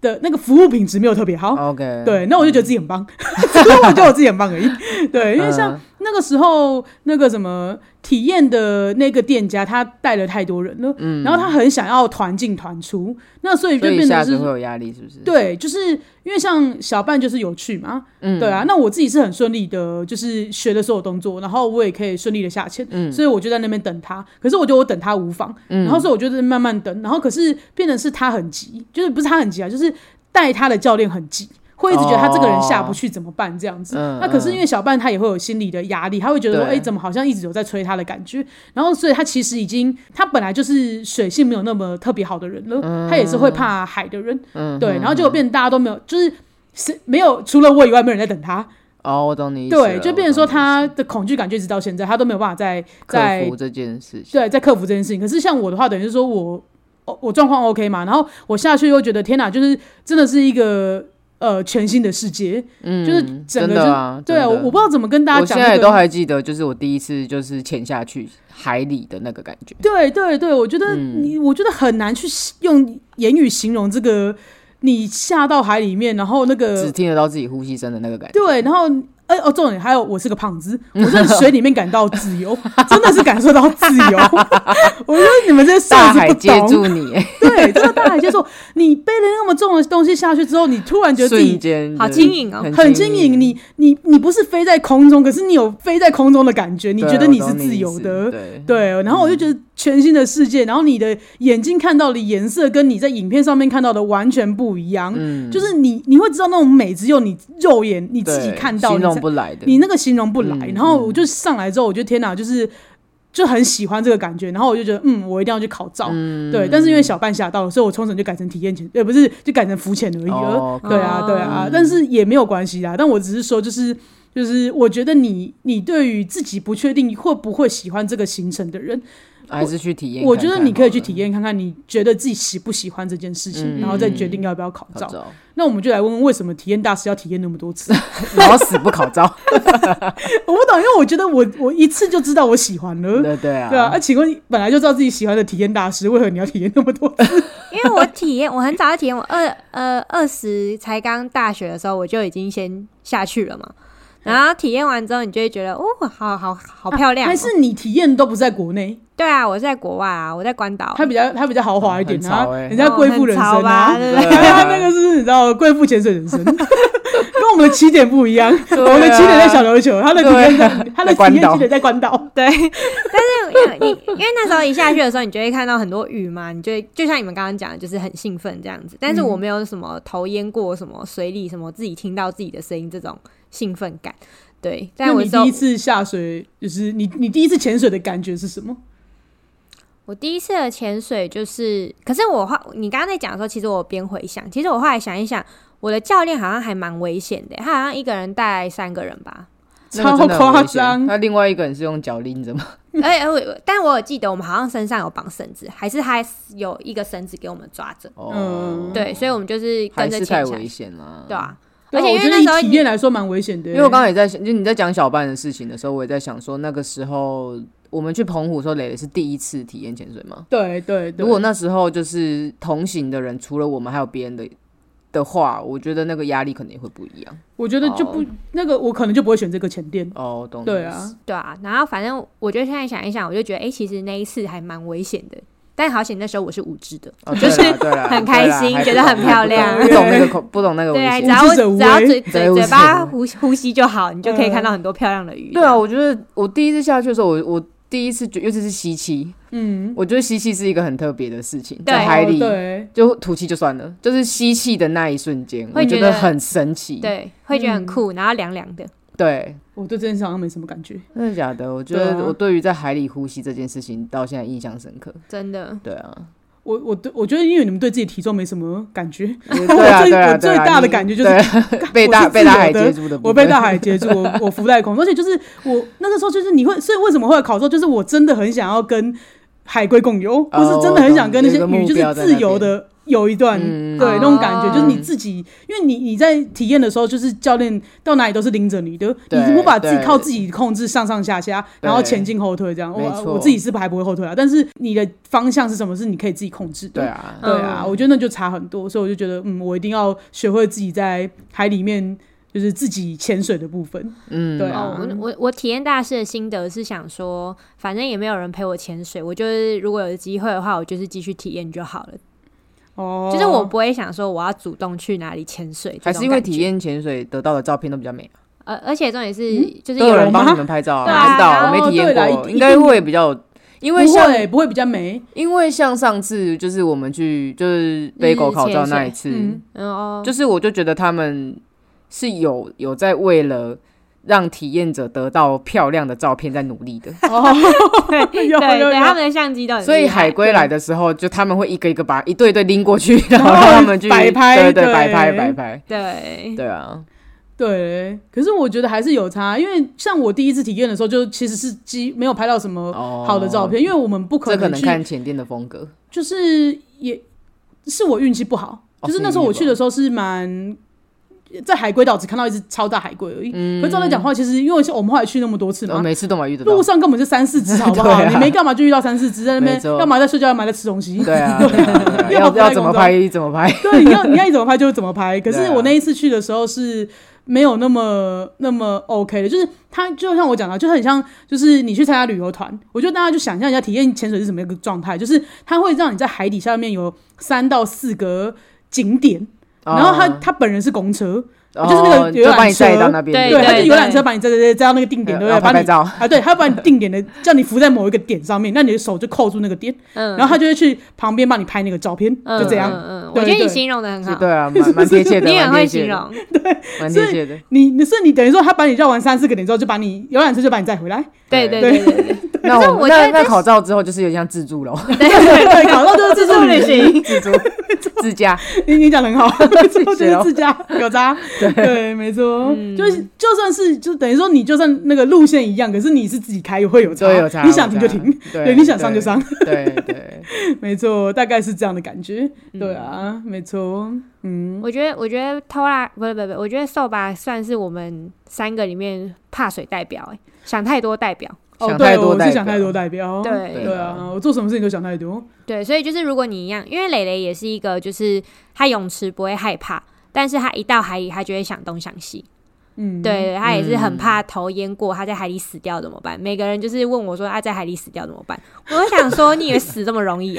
Speaker 1: 的那个服务品质没有特别好。
Speaker 3: 哦 OK
Speaker 1: 哦
Speaker 3: 嗯
Speaker 1: 对，那我就觉得自己很
Speaker 3: *laughs*
Speaker 1: 棒， *laughs* 只不过我觉得我自己很棒而已。对，因为像
Speaker 3: 嗯
Speaker 1: 那个时候那个什么体验的那个店家，他带了太多人了，然后他很想要团进团出，那所以就
Speaker 3: 所以一
Speaker 1: 变
Speaker 3: 下
Speaker 1: 成
Speaker 3: 子会
Speaker 1: 是。
Speaker 3: 有压力，是不是？
Speaker 1: 对，就是因为像小半就是有去嘛，
Speaker 3: 嗯
Speaker 1: 对啊，那我自己是很顺利的，就是学的所有动作，然后我也可以顺利的下潜，
Speaker 3: 嗯
Speaker 1: 所以我就在那边等他。可是我觉得我等他无妨，然后所以我就是慢慢等，然后可是变成是他很急，就是不是他很急啊，就是带他的教练很急。会一直觉得他这个人下不去怎么办这样子，
Speaker 3: 嗯
Speaker 1: 那可是因为小半他也会有心理的压力，他会觉得说，哎、
Speaker 3: 对
Speaker 1: 怎么好像一直有在催他的感觉，然后所以他其实已经，他本来就是水性没有那么特别好的人了，
Speaker 3: 嗯
Speaker 1: 他也是会怕海的人，对，然后结果变成大家都没有，就是是没有除了我以外没有人在等他，
Speaker 3: 哦，我懂你意思了。
Speaker 1: 对，就变成说他的恐惧感就一直到现在，他都没有办法在
Speaker 3: 我懂你
Speaker 1: 在
Speaker 3: 克服这件事情，
Speaker 1: 对在克服这件事情。可是像我的话，等于是说我哦我状况 OK 嘛，然后我下去又觉得天哪，就是真的是一个呃全新的世界，
Speaker 3: 嗯，
Speaker 1: 就是整个
Speaker 3: 真
Speaker 1: 就
Speaker 3: 的啊，
Speaker 1: 对啊，我
Speaker 3: 真的
Speaker 1: 我不知道怎么跟大家
Speaker 3: 我
Speaker 1: 讲、
Speaker 3: 现
Speaker 1: 那
Speaker 3: 在
Speaker 1: 个
Speaker 3: 都还记得，就是我第一次就是潜下去海里的那个感觉，
Speaker 1: 对对对，我觉得
Speaker 3: 嗯
Speaker 1: 你，我觉得很难去形用言语形容这个你下到海里面，然后那
Speaker 3: 只
Speaker 1: 个
Speaker 3: 听得到自己呼吸声的那个感觉。
Speaker 1: 对，然后。哎、哦，重点还有，我是个胖
Speaker 3: *laughs*
Speaker 1: 子，我在水里面感到自由，真的是感受到自
Speaker 3: *laughs*
Speaker 1: 由。我说你们这些
Speaker 3: 大
Speaker 1: 瘦子
Speaker 3: 海
Speaker 1: 不
Speaker 3: 接
Speaker 1: 懂， *laughs*
Speaker 3: 住你，
Speaker 1: 对，真的大海接受。你背了那么重的东西下去之后，你突然觉得自己
Speaker 3: 瞬间
Speaker 2: 好
Speaker 3: 的
Speaker 2: 轻盈哦
Speaker 1: 很轻盈，你你你不是飞在空中，可是你有飞在空中的感觉，你
Speaker 3: 对
Speaker 1: 觉得
Speaker 3: 我
Speaker 1: 你
Speaker 3: 懂
Speaker 1: 是
Speaker 3: 你
Speaker 1: 自
Speaker 3: 意
Speaker 1: 由
Speaker 3: 思
Speaker 1: 的，
Speaker 3: 对，
Speaker 1: 对，然后我就觉得全新的世界，然后你的眼睛看到的颜色跟你在影片上面看到的完全不一样，
Speaker 3: 嗯，
Speaker 1: 就是你你会知道那种美只有你肉眼你自己
Speaker 3: 对
Speaker 1: 看到，
Speaker 3: 形
Speaker 1: 你
Speaker 3: 容
Speaker 1: 才
Speaker 3: 不来的，
Speaker 1: 你那个形容不来。
Speaker 3: 嗯
Speaker 1: 然后我就上来之后，我就天哪，就是就很喜欢这个感觉，然后我就觉得嗯，我一定要去考照，
Speaker 3: 嗯
Speaker 1: 对。但是因为小半吓到了，所以我冲绳就改成体验潜，呃，不是就改成浮潜而已了。
Speaker 3: 哦，
Speaker 1: 对啊，对啊，
Speaker 3: 嗯
Speaker 1: 但是也没有关系啦。但我只是说，就是就是，我觉得你你对于自己不确定会不会喜欢这个行程的人，
Speaker 3: 还是去体验看看好了。
Speaker 1: 我觉得你可以去体验看看，你觉得自己喜不喜欢这件事情，
Speaker 3: 嗯
Speaker 1: 然后再决定要不要考
Speaker 3: 考
Speaker 1: 照。
Speaker 3: 照，
Speaker 1: 那我们就来问问，为什么体验大师要体验那么多次？
Speaker 3: *laughs* 老死不考照。
Speaker 1: 我不懂，因为我觉得我我一次就知道我喜欢了。
Speaker 3: 对对啊，
Speaker 1: 对啊，啊，请问本来就知道自己喜欢的体验大师，为何你要体验那么多
Speaker 3: *laughs*
Speaker 1: 次？
Speaker 2: 因为我体验，我很早就体验，我二呃二十才刚大学的时候，我就已经先下去了嘛。然后体验完之后，你就会觉得哦，好好好漂亮、哦
Speaker 1: 还是你体验都不在国内，
Speaker 2: 对啊，我是在国外啊，我在关岛，
Speaker 1: 它比较它比较豪华一点
Speaker 3: 很
Speaker 1: 啊
Speaker 3: 潮，欸
Speaker 1: 人家贵妇人
Speaker 2: 哦很
Speaker 1: 生
Speaker 2: 潮
Speaker 1: 啊
Speaker 2: 吧，对不
Speaker 3: 对
Speaker 2: 对？
Speaker 1: 他那个是你知道贵妇潜水人生， *laughs* 跟我们的起点不一样。
Speaker 3: 对啊
Speaker 2: 啊
Speaker 1: 我们的起点在小琉球，他的体验在他的
Speaker 3: 在关
Speaker 1: 体验
Speaker 3: 岛
Speaker 1: 起点在关岛。
Speaker 2: 对，但是因那你因为那时候一下去的时候，你就会看到很多鱼嘛，你就会就像你们刚刚讲的，就是很兴奋这样子。
Speaker 1: 嗯
Speaker 2: 但是我没有什么头淹过什么水里什么，自己听到自己的声音这种兴奋感。对，但
Speaker 1: 那
Speaker 2: 我
Speaker 1: 你
Speaker 2: 之后
Speaker 1: 第一次下水，就是你你第一次潜水的感觉是什么？
Speaker 2: 我第一次的潜水就是，可是我后你刚刚在讲的时候，其实我边回想，其实我后来想一想，我的教练好像还蛮危险的，他好像一个人带三个人吧。
Speaker 3: 那
Speaker 1: 超
Speaker 3: 个真的很危
Speaker 1: 夸
Speaker 3: 险
Speaker 1: 张！
Speaker 3: 那另外一个人是用脚拎着吗？
Speaker 2: *laughs* 哎、哎我但我有记得我们好像身上有绑绳子，还是他有一个绳子给我们抓着。
Speaker 3: 哦，
Speaker 2: 对，所以我们就是跟
Speaker 3: 还
Speaker 2: 着
Speaker 3: 是
Speaker 2: 潜
Speaker 3: 太
Speaker 2: 下
Speaker 3: 危
Speaker 2: 去，
Speaker 3: 险了。
Speaker 2: 对啊。
Speaker 1: 对
Speaker 2: 而
Speaker 1: 啊
Speaker 2: 且因
Speaker 1: 我觉
Speaker 2: 为
Speaker 1: 得
Speaker 2: 那
Speaker 1: 以
Speaker 2: 时候
Speaker 1: 体验来说蛮危险的，
Speaker 3: 因为我刚刚也在想，就你在讲小班的事情的时候，我也在想说，那个时候我们去澎湖的时候，磊磊是第一次体验潜水吗？
Speaker 1: 对对对，
Speaker 3: 如果那时候就是同行的人，除了我们还有别人的的话，我觉得那个压力可能也会不一样。
Speaker 1: 我觉得就不、
Speaker 3: 哦
Speaker 1: 那个，我可能就不会选这个前店。
Speaker 3: 哦，懂。
Speaker 1: 对，啊，
Speaker 2: 对啊，然后反正我觉得现在想一想，我就觉得，哎、其实那一次还蛮危险的，但好险那时候我是无知的，
Speaker 3: 哦、就是对啦，
Speaker 2: 很开心觉得很漂亮
Speaker 3: 不懂那个口，不懂那个危
Speaker 2: 对啊，
Speaker 3: 险
Speaker 2: 只。要
Speaker 1: 无知者无
Speaker 2: 只要
Speaker 1: 畏
Speaker 2: 嘴
Speaker 3: 对
Speaker 2: 嘴
Speaker 3: 无
Speaker 2: 嘴
Speaker 3: 知
Speaker 2: 巴
Speaker 3: 者
Speaker 2: 呼呼吸就好，你就可以看
Speaker 1: 嗯
Speaker 2: 到很多漂亮的鱼。
Speaker 3: 对啊，，我觉得我第一次下去的时候，我我第一次觉，尤其是吸气，
Speaker 1: 嗯，
Speaker 3: 我觉得吸气是一个很特别的事情，
Speaker 2: 对
Speaker 3: 在海里。
Speaker 1: 哦对，
Speaker 3: 就吐气就算了，就是吸气的那一瞬间，
Speaker 2: 会
Speaker 3: 我觉
Speaker 2: 觉得
Speaker 3: 得很神奇。
Speaker 2: 对，会觉得很
Speaker 1: 嗯
Speaker 2: 酷，然后凉凉的。
Speaker 3: 对，
Speaker 1: 我对这件事好像没什么感觉。
Speaker 3: 真的假的？我觉
Speaker 1: 对
Speaker 3: 得
Speaker 1: 啊
Speaker 3: 我对于在海里呼吸这件事情到现在印象深刻。
Speaker 2: 真的，
Speaker 3: 对啊，
Speaker 1: 我我对我觉得，因为你们对自己体重没什么感觉，
Speaker 3: 对
Speaker 1: *laughs* *laughs* 我
Speaker 3: 啊，
Speaker 1: 最
Speaker 3: 对啊，
Speaker 1: 我最
Speaker 3: 对啊
Speaker 1: 大的
Speaker 3: 你
Speaker 1: 感觉就是
Speaker 3: 对啊
Speaker 1: *laughs*
Speaker 3: 被
Speaker 1: 我
Speaker 3: 大
Speaker 1: 是
Speaker 3: 被
Speaker 1: 自
Speaker 3: 大
Speaker 1: 由
Speaker 3: 海
Speaker 1: 的
Speaker 3: 接触的部分，
Speaker 1: 我被大海接住，
Speaker 3: *laughs*
Speaker 1: 我我浮在空中，而且就是我那个时候就是你会，所以为什么会有考照，就是我真的很想要跟海龟共游，或是真的很想跟那些
Speaker 3: 哦有个
Speaker 1: 鱼
Speaker 3: 目
Speaker 1: 就是
Speaker 3: 标在那
Speaker 1: 自由的游一段，
Speaker 3: 嗯
Speaker 1: 对那种感觉，
Speaker 2: 哦
Speaker 1: 就是你自己，因为你你在体验的时候，就是教练到哪里都是拎着你的，你
Speaker 3: 对
Speaker 1: 无法自己
Speaker 3: 对
Speaker 1: 靠自己控制上上下下，然后
Speaker 3: 对
Speaker 1: 前进后退这样。
Speaker 3: 没
Speaker 1: 我
Speaker 3: 错
Speaker 1: 我自己是还不会后退啊，但是你的方向是什么是你可以自己控制的
Speaker 3: 对。啊，
Speaker 1: 对啊，我觉得那就差很多，所以我就觉得，嗯，我一定要学会自己在海里面就是自己潜水的部分。
Speaker 3: 嗯，
Speaker 1: 对啊
Speaker 2: 哦，我我我体验大师的心得是想说，反正也没有人陪我潜水，我就是如果有机会的话，我就是继续体验就好了。
Speaker 1: 哦，
Speaker 2: 就是我不会想说我要主动去哪里潜水，
Speaker 3: 还是因为
Speaker 2: 这种感觉
Speaker 3: 体，验潜水得到的照片都比较美，啊
Speaker 2: 呃，而且重点是、就是
Speaker 3: 嗯都有
Speaker 2: 有
Speaker 3: 人
Speaker 2: 人
Speaker 3: 帮
Speaker 1: 吗
Speaker 3: 你们拍照
Speaker 2: 对
Speaker 3: 啊，
Speaker 2: 啊
Speaker 3: 我不知道，我
Speaker 1: 哦
Speaker 3: 没体验
Speaker 1: 对啦一定
Speaker 3: 过，
Speaker 1: 一
Speaker 3: 应该
Speaker 1: 定
Speaker 3: 会比较，因为
Speaker 1: 不
Speaker 3: 像
Speaker 1: 会不会比较美，
Speaker 3: 因为像上次就是我们去就是背狗考照那一次，
Speaker 1: 嗯，
Speaker 2: 嗯哦，
Speaker 3: 就是我就觉得他们是有有在为了让体验者得到漂亮的照片在努力的，
Speaker 1: 哦， *laughs*
Speaker 2: 对
Speaker 1: 有
Speaker 2: 对
Speaker 1: 有有
Speaker 2: 对，他们的相机都很厉害，
Speaker 3: 所以海龟来的时候，就他们会一个一个把一对一对拎过去，然后
Speaker 1: 然
Speaker 3: 让
Speaker 1: 后
Speaker 3: 他们
Speaker 1: *laughs*
Speaker 3: 去
Speaker 1: 摆拍
Speaker 3: 对对
Speaker 1: 对
Speaker 3: 摆拍摆拍，
Speaker 2: 对
Speaker 3: 对啊，
Speaker 1: 对。可是我觉得还是有差，因为像我第一次体验的时候，就其实是机没有拍到什么
Speaker 3: 哦，
Speaker 1: 好的照片，因为我们不
Speaker 3: 这可能
Speaker 1: 去，
Speaker 3: 看前店的风格，
Speaker 1: 就是也是我运气不好，
Speaker 3: 哦
Speaker 1: 就是那时候我去的时候是蛮。在海龟岛只看到一只超大海龟而已，可是照来讲话，其实因为我们后来去那么多次嘛
Speaker 3: 我，哦每次都买遇得到
Speaker 1: 路，上根本就三四
Speaker 3: *laughs*
Speaker 1: 只，好不好？
Speaker 3: 对啊
Speaker 1: 你没干嘛就遇到三四只在那
Speaker 3: 没
Speaker 1: 边，
Speaker 3: 错
Speaker 1: 要么在睡觉，要么在吃东西。
Speaker 3: 对啊，对啊对啊
Speaker 1: 要
Speaker 3: 要
Speaker 1: 不然
Speaker 3: 要怎么
Speaker 1: 拍
Speaker 3: 拍怎么拍，
Speaker 1: *laughs* 对，啊你要你要怎么拍就怎么拍。可
Speaker 3: 对
Speaker 1: 是
Speaker 3: 啊
Speaker 1: 我那一次去的时候是没有那么那么 OK 的，就是它就像我讲的，就很像就是你去参加旅游团，我觉得大家就想象一下体验潜水是什么一个状态，就是它会让你在海底下面有三到四个景点，然后它
Speaker 3: 哦
Speaker 1: 它本人是公车，
Speaker 3: 哦
Speaker 1: 就是那个游
Speaker 3: 就
Speaker 1: 览
Speaker 3: 把你带
Speaker 1: 车
Speaker 3: 到那边，
Speaker 2: 对
Speaker 1: 对，它
Speaker 2: 对
Speaker 1: 就游览车把你载载载载到那个定点，对不对？
Speaker 3: 然后
Speaker 1: 把
Speaker 3: 哦拍
Speaker 1: 你
Speaker 3: 拍照，
Speaker 1: 啊，对，他把你定点的叫你浮在某一个点上面，那你的手就扣住那个点，
Speaker 2: 嗯，
Speaker 1: 然后他就会去旁边帮你拍那个照片，
Speaker 2: 嗯
Speaker 1: 就这样。
Speaker 2: 嗯嗯，我
Speaker 1: 对
Speaker 2: 觉得你
Speaker 1: 对
Speaker 2: 形容的很
Speaker 3: 是
Speaker 2: 好，
Speaker 3: 对啊，蛮蛮
Speaker 1: *laughs*
Speaker 2: *laughs*
Speaker 3: 贴切的，
Speaker 2: 你很
Speaker 3: 蛮
Speaker 2: 会
Speaker 3: 贴切
Speaker 2: 形
Speaker 3: 的，
Speaker 2: 容，
Speaker 3: 蛮
Speaker 1: 所以
Speaker 3: 贴切的。
Speaker 1: 你你是你等于说他把你绕完三四个点之后，就把你游览车就把你载回
Speaker 3: *laughs*
Speaker 1: 来，
Speaker 2: 对对
Speaker 3: 对
Speaker 2: 对对
Speaker 3: *laughs*
Speaker 2: 对，
Speaker 3: 那
Speaker 2: 可是
Speaker 3: 我们
Speaker 2: 我觉
Speaker 3: 那
Speaker 2: 得
Speaker 3: 那
Speaker 2: 这
Speaker 3: 考照之后就是有点像自助了，
Speaker 1: 对，搞到就是自助旅行。
Speaker 2: 行，
Speaker 3: *laughs* 自助自驾，
Speaker 1: 你你讲的很
Speaker 3: *laughs*
Speaker 1: 好，最后就
Speaker 3: 谢
Speaker 1: 是
Speaker 3: 哦嗯
Speaker 1: 自驾有渣，对，没错，就是就算是就等于说你就算那个路线一样，可是你是自己开会有
Speaker 3: 对，有差，
Speaker 1: 差，你想停就
Speaker 3: 有差
Speaker 1: 停，，
Speaker 3: 对
Speaker 1: 对，你想上就，上，
Speaker 3: 对对对，嗯
Speaker 1: 没错，大概是这样的感觉，对啊，没错，嗯，
Speaker 2: 我觉得，我觉得偷拉不是不是不是，我觉得瘦吧算是我们三个里面怕水代表、欸，想太多代表。
Speaker 1: 哦，
Speaker 3: 想
Speaker 1: 对，
Speaker 3: 太多
Speaker 1: 我
Speaker 3: 代
Speaker 1: 是
Speaker 3: 表
Speaker 1: 想太多代表，
Speaker 2: 对
Speaker 1: 对啊，我做什么事情都想太多，
Speaker 2: 对，所以就是如果你一样，因为蕾蕾也是一个，就是她泳池不会害怕，但是她一到海里，她就会想东想西。
Speaker 1: 嗯，
Speaker 2: 对，她也是很怕头淹过，她在海里死掉怎么办？每个人就是问我说，她在海里死掉怎么办？我就想说，你以为死这么
Speaker 1: *laughs*
Speaker 2: 容易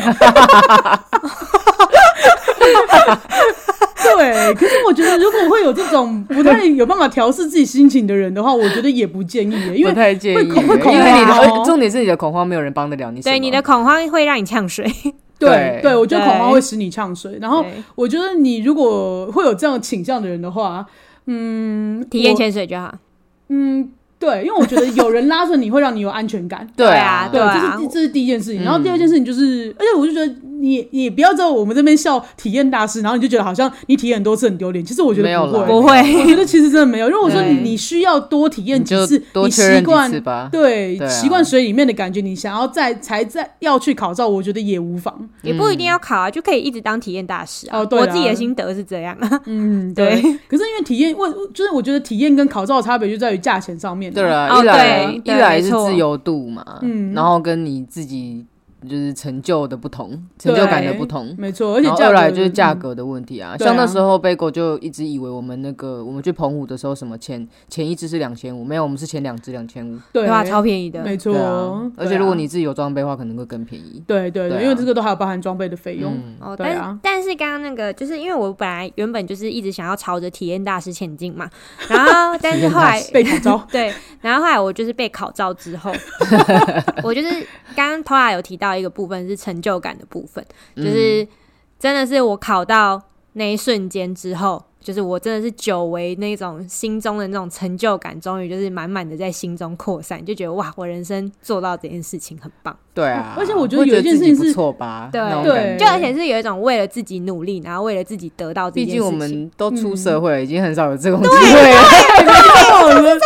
Speaker 2: 哦、
Speaker 1: 对，可是我觉得就是如果会有这种不太有办法调试自己心情的人的话，我觉得也不建议
Speaker 3: *laughs*
Speaker 1: 耶， *laughs* 因
Speaker 3: 不
Speaker 1: 为
Speaker 3: 太建
Speaker 1: 会
Speaker 3: 议，
Speaker 1: 恐会恐
Speaker 3: 因为你的、
Speaker 1: 慌哦
Speaker 3: 重点是你的恐慌没有人帮得了你什么。
Speaker 2: 对你的恐慌会让你呛水。
Speaker 1: 对
Speaker 3: 对
Speaker 1: 对，我觉得恐慌
Speaker 2: 对
Speaker 1: 会使你呛水。然后
Speaker 2: 对
Speaker 1: 我觉得你如果会有这样倾向的人的话，嗯，
Speaker 2: 体验
Speaker 1: 我
Speaker 2: 潜水就好。
Speaker 1: 嗯，对，因为我觉得有人拉着你会让你有安全
Speaker 3: *laughs*
Speaker 1: 感。
Speaker 3: 对嗯
Speaker 2: 啊
Speaker 1: 对，
Speaker 2: 对
Speaker 1: 这是第这是第一件事情。然后第二件事情就是，而且我就觉得你你不要在我们这边笑体验大师，然后你就觉得好像你体验很多次很丢脸。其实我觉
Speaker 3: 没有
Speaker 1: 得不
Speaker 3: 啦
Speaker 1: 会， *laughs*
Speaker 2: 不会
Speaker 1: 我觉得其实真的没有。如果说你
Speaker 3: 对
Speaker 1: 你需要多体验
Speaker 3: 你
Speaker 1: 几
Speaker 3: 就
Speaker 1: 次，
Speaker 3: 多
Speaker 1: 你
Speaker 3: 确
Speaker 1: 习
Speaker 3: 认几
Speaker 1: 惯
Speaker 3: 次吧。
Speaker 1: 对
Speaker 3: 对啊
Speaker 1: 习惯水里面的感觉，你想要再才再要去考照，我觉得也无妨。
Speaker 2: 也不一定要考啊，就可以一直当体验大师啊。
Speaker 1: 哦对啊
Speaker 2: 我自己的心得是这样啊。
Speaker 1: 嗯，
Speaker 3: *laughs*
Speaker 2: 对。
Speaker 1: 可是因为体验，我就是我觉得体验跟考照的差别就在于价钱上面。
Speaker 3: 对
Speaker 2: 哦
Speaker 3: 啊，一来、
Speaker 2: 对
Speaker 3: 一
Speaker 2: 对
Speaker 3: 来
Speaker 2: 没
Speaker 3: 是
Speaker 2: 错
Speaker 3: 自由度嘛，
Speaker 1: 嗯
Speaker 3: 然后跟你自己就是成就的不同，成就感的
Speaker 1: 对
Speaker 3: 不同。
Speaker 1: 没错，而且
Speaker 3: 然后
Speaker 1: 价
Speaker 3: 二
Speaker 1: 格
Speaker 3: 来就是价
Speaker 1: 嗯
Speaker 3: 格的问题啊，
Speaker 1: 对啊
Speaker 3: 像那时候贝果就一直以为我们那个我们去澎湖的时候，什么前前一只是两千五，没有，我们是前两只两千五。
Speaker 1: 对
Speaker 2: 对啊，超便宜的。
Speaker 1: 没错
Speaker 3: 对啊，。而
Speaker 1: 对
Speaker 3: 且
Speaker 1: 啊
Speaker 3: 如果你自己有装备的话，可能会更便宜。
Speaker 1: 对对
Speaker 3: 对
Speaker 1: 对，
Speaker 3: 啊
Speaker 1: 因为这个都还有包含装备的费用。
Speaker 3: 嗯，
Speaker 2: 哦，
Speaker 1: 对
Speaker 2: 但、
Speaker 1: 啊
Speaker 2: 但是刚刚那个，就是因为我本来原本就是一直想要朝着体验大师前进嘛，然
Speaker 3: *laughs*
Speaker 2: 后但是后来
Speaker 3: 体验大师
Speaker 1: 被考 *laughs* 招
Speaker 2: 对，然后后来我就是被考照之
Speaker 3: *laughs*
Speaker 2: 后，我就是刚刚 t o a 有提到一个部分是成就感的部分，
Speaker 3: 嗯
Speaker 2: 就是真的是我考到那一瞬间之后，就是我真的是久违那种心中的那种成就感，终于就是满满的在心中扩散，就觉得哇，我人生做到这件事情很棒，
Speaker 3: 对啊。
Speaker 1: 而且我觉
Speaker 3: 觉
Speaker 1: 得有一件
Speaker 3: 自
Speaker 1: 事
Speaker 3: 己
Speaker 1: 情
Speaker 3: 不
Speaker 1: 是
Speaker 3: 错吧，
Speaker 2: 对
Speaker 3: 那种
Speaker 1: 对
Speaker 3: 感觉
Speaker 2: 就而且是有一种为了自己努力，然后为了自己得到这
Speaker 3: 毕
Speaker 2: 件
Speaker 3: 竟我
Speaker 2: 事情。
Speaker 3: 们都
Speaker 1: 嗯
Speaker 3: 出社会了，已经很少有这种机会
Speaker 1: 啊
Speaker 3: 了。
Speaker 1: 没有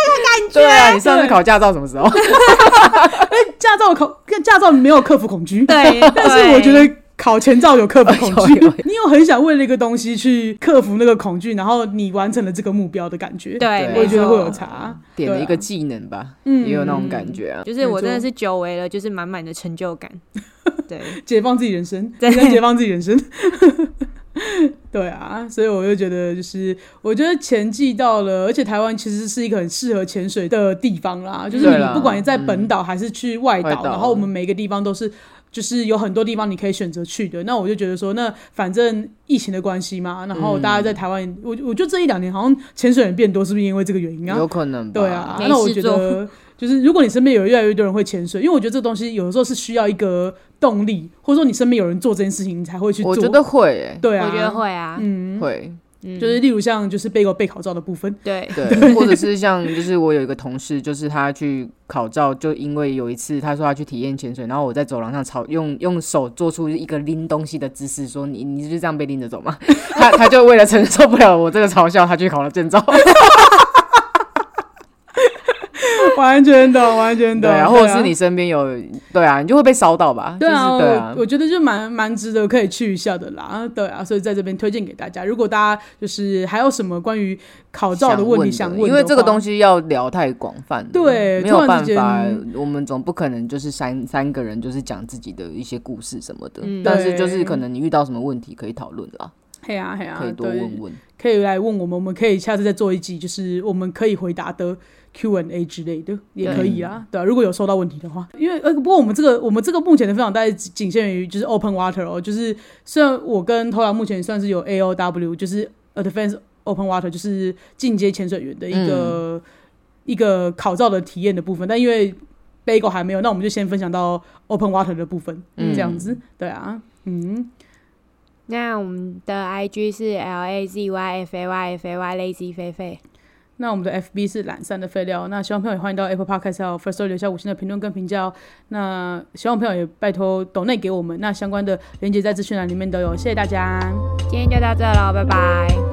Speaker 3: 对啊，你上次考驾照什么时候？
Speaker 1: 驾照考驾照没有克服恐惧，
Speaker 2: *laughs* 对，
Speaker 1: 但是我觉
Speaker 2: 对
Speaker 1: 得考前照有克服恐惧
Speaker 3: *laughs* 有有有。
Speaker 1: 你有很想为了一个东西去克服那个恐惧，然后你完成了这个目标的感觉。
Speaker 2: 对，
Speaker 1: 我也
Speaker 2: 没
Speaker 1: 觉得
Speaker 2: 错
Speaker 1: 会有差。
Speaker 3: *laughs* 点了一
Speaker 1: 对
Speaker 3: 个
Speaker 1: 啊
Speaker 3: 技能吧，
Speaker 1: 嗯
Speaker 3: 也有那种感觉啊。
Speaker 2: 就是我真的
Speaker 1: 没错
Speaker 2: 是久违了，就是满满的成就 *laughs* 感。对，
Speaker 1: *laughs* 解放自己人
Speaker 3: *laughs*
Speaker 1: 生，
Speaker 2: 对
Speaker 1: 你在解放自己人生。 *laughs* 对啊，所以我就觉得，就是我觉得前季到了，而且台湾其实是一个很适合潜水的地方啦。就是
Speaker 3: 嗯对
Speaker 1: 你
Speaker 3: 啦嗯
Speaker 1: 不管你在本岛还是去外岛，
Speaker 3: 外岛
Speaker 1: 然后我们每个地方都是，就是有很多地方你可以选择去的。那我就觉得说，那反正疫情的关系嘛，然后大
Speaker 3: 嗯
Speaker 1: 家在台湾，我我就这一两年好像潜水人变多，是不是因为这个原因啊？
Speaker 3: 有可能吧。
Speaker 1: 对啊，
Speaker 2: 没
Speaker 1: 那我
Speaker 2: 事
Speaker 1: 觉
Speaker 2: 做
Speaker 1: 得 *laughs* 就是如果你身边有越来越多人会潜水，因为我觉得这东西有的时候是需要一个动力，或者说你身边有人做这件事情，你才会去做。
Speaker 3: 我觉得会、欸，
Speaker 1: 对啊，
Speaker 2: 我觉得会啊，
Speaker 1: 嗯，
Speaker 3: 会，
Speaker 2: 嗯，
Speaker 1: 就是例如像就是被个备考照的部分， *laughs*
Speaker 2: 对，
Speaker 3: 对，或者是像就是我有一个同事，就是他去考照，就因为有一次他说他去体验潜水，然后我在走廊上朝用用手做出一个拎东西的姿势，说你你就这样被拎着走
Speaker 1: *laughs*
Speaker 3: 吗？他他就为了承受不了我这个嘲笑，他去考了证照，
Speaker 1: 完全懂，完全
Speaker 3: 对
Speaker 1: 懂。
Speaker 3: 啊，
Speaker 1: 啊
Speaker 3: 或者是你。身边有对啊，你就会被烧到吧？
Speaker 1: 对啊，
Speaker 3: 就是、对啊
Speaker 1: 我，我觉得就蛮蛮值得可以去一下的啦，对啊，所以在这边推荐给大家。如果大家就是还有什么关于考哦照的问题想问的话，
Speaker 3: 因为这个东
Speaker 1: 西
Speaker 3: 西要聊太广泛了，
Speaker 1: 对
Speaker 3: 没有
Speaker 1: 突然
Speaker 3: 办
Speaker 1: 之
Speaker 3: 法
Speaker 1: 间，
Speaker 3: 我们总不可能就是三三个人就是讲自己的一些故事什么的，
Speaker 2: 嗯
Speaker 3: 但是就
Speaker 1: 对
Speaker 3: 是可能你遇到什么问题可以讨论啦，
Speaker 1: 嘿啊嘿啊，
Speaker 3: 可以多
Speaker 1: 对
Speaker 3: 问问，
Speaker 1: 可以来问我们，我们可以下次再做一集，就是我们可以回答的 Q&A 之类的，也可以啊，对啊，如果有收到问题的话，因为呃，不过我们这个我们这个目前的分享大概仅限于就是 Open Water 哦，就是虽然我跟偷狼目前算是有 AOW，就是 Advanced Open Water，就是进阶潜水员的一个、一个考照的体验的部分，但因为 Bagel 还没有，那我们就先分享到 Open Water 的部分，
Speaker 3: 嗯
Speaker 1: 这样子，对啊，嗯，
Speaker 2: 那我们的 IG 是 L A Z Y F A Y F A Y Lazy 菲菲，
Speaker 1: 那我们的 FB 是懒散的废料，那希望朋友也欢迎到 Apple Podcast 还有 First Story 留下五星的评论跟评价哦。那希望朋友也拜托抖内给我们，那相关的链接在资讯栏里面都有，谢谢大家。
Speaker 2: 今天就到这喽，拜拜。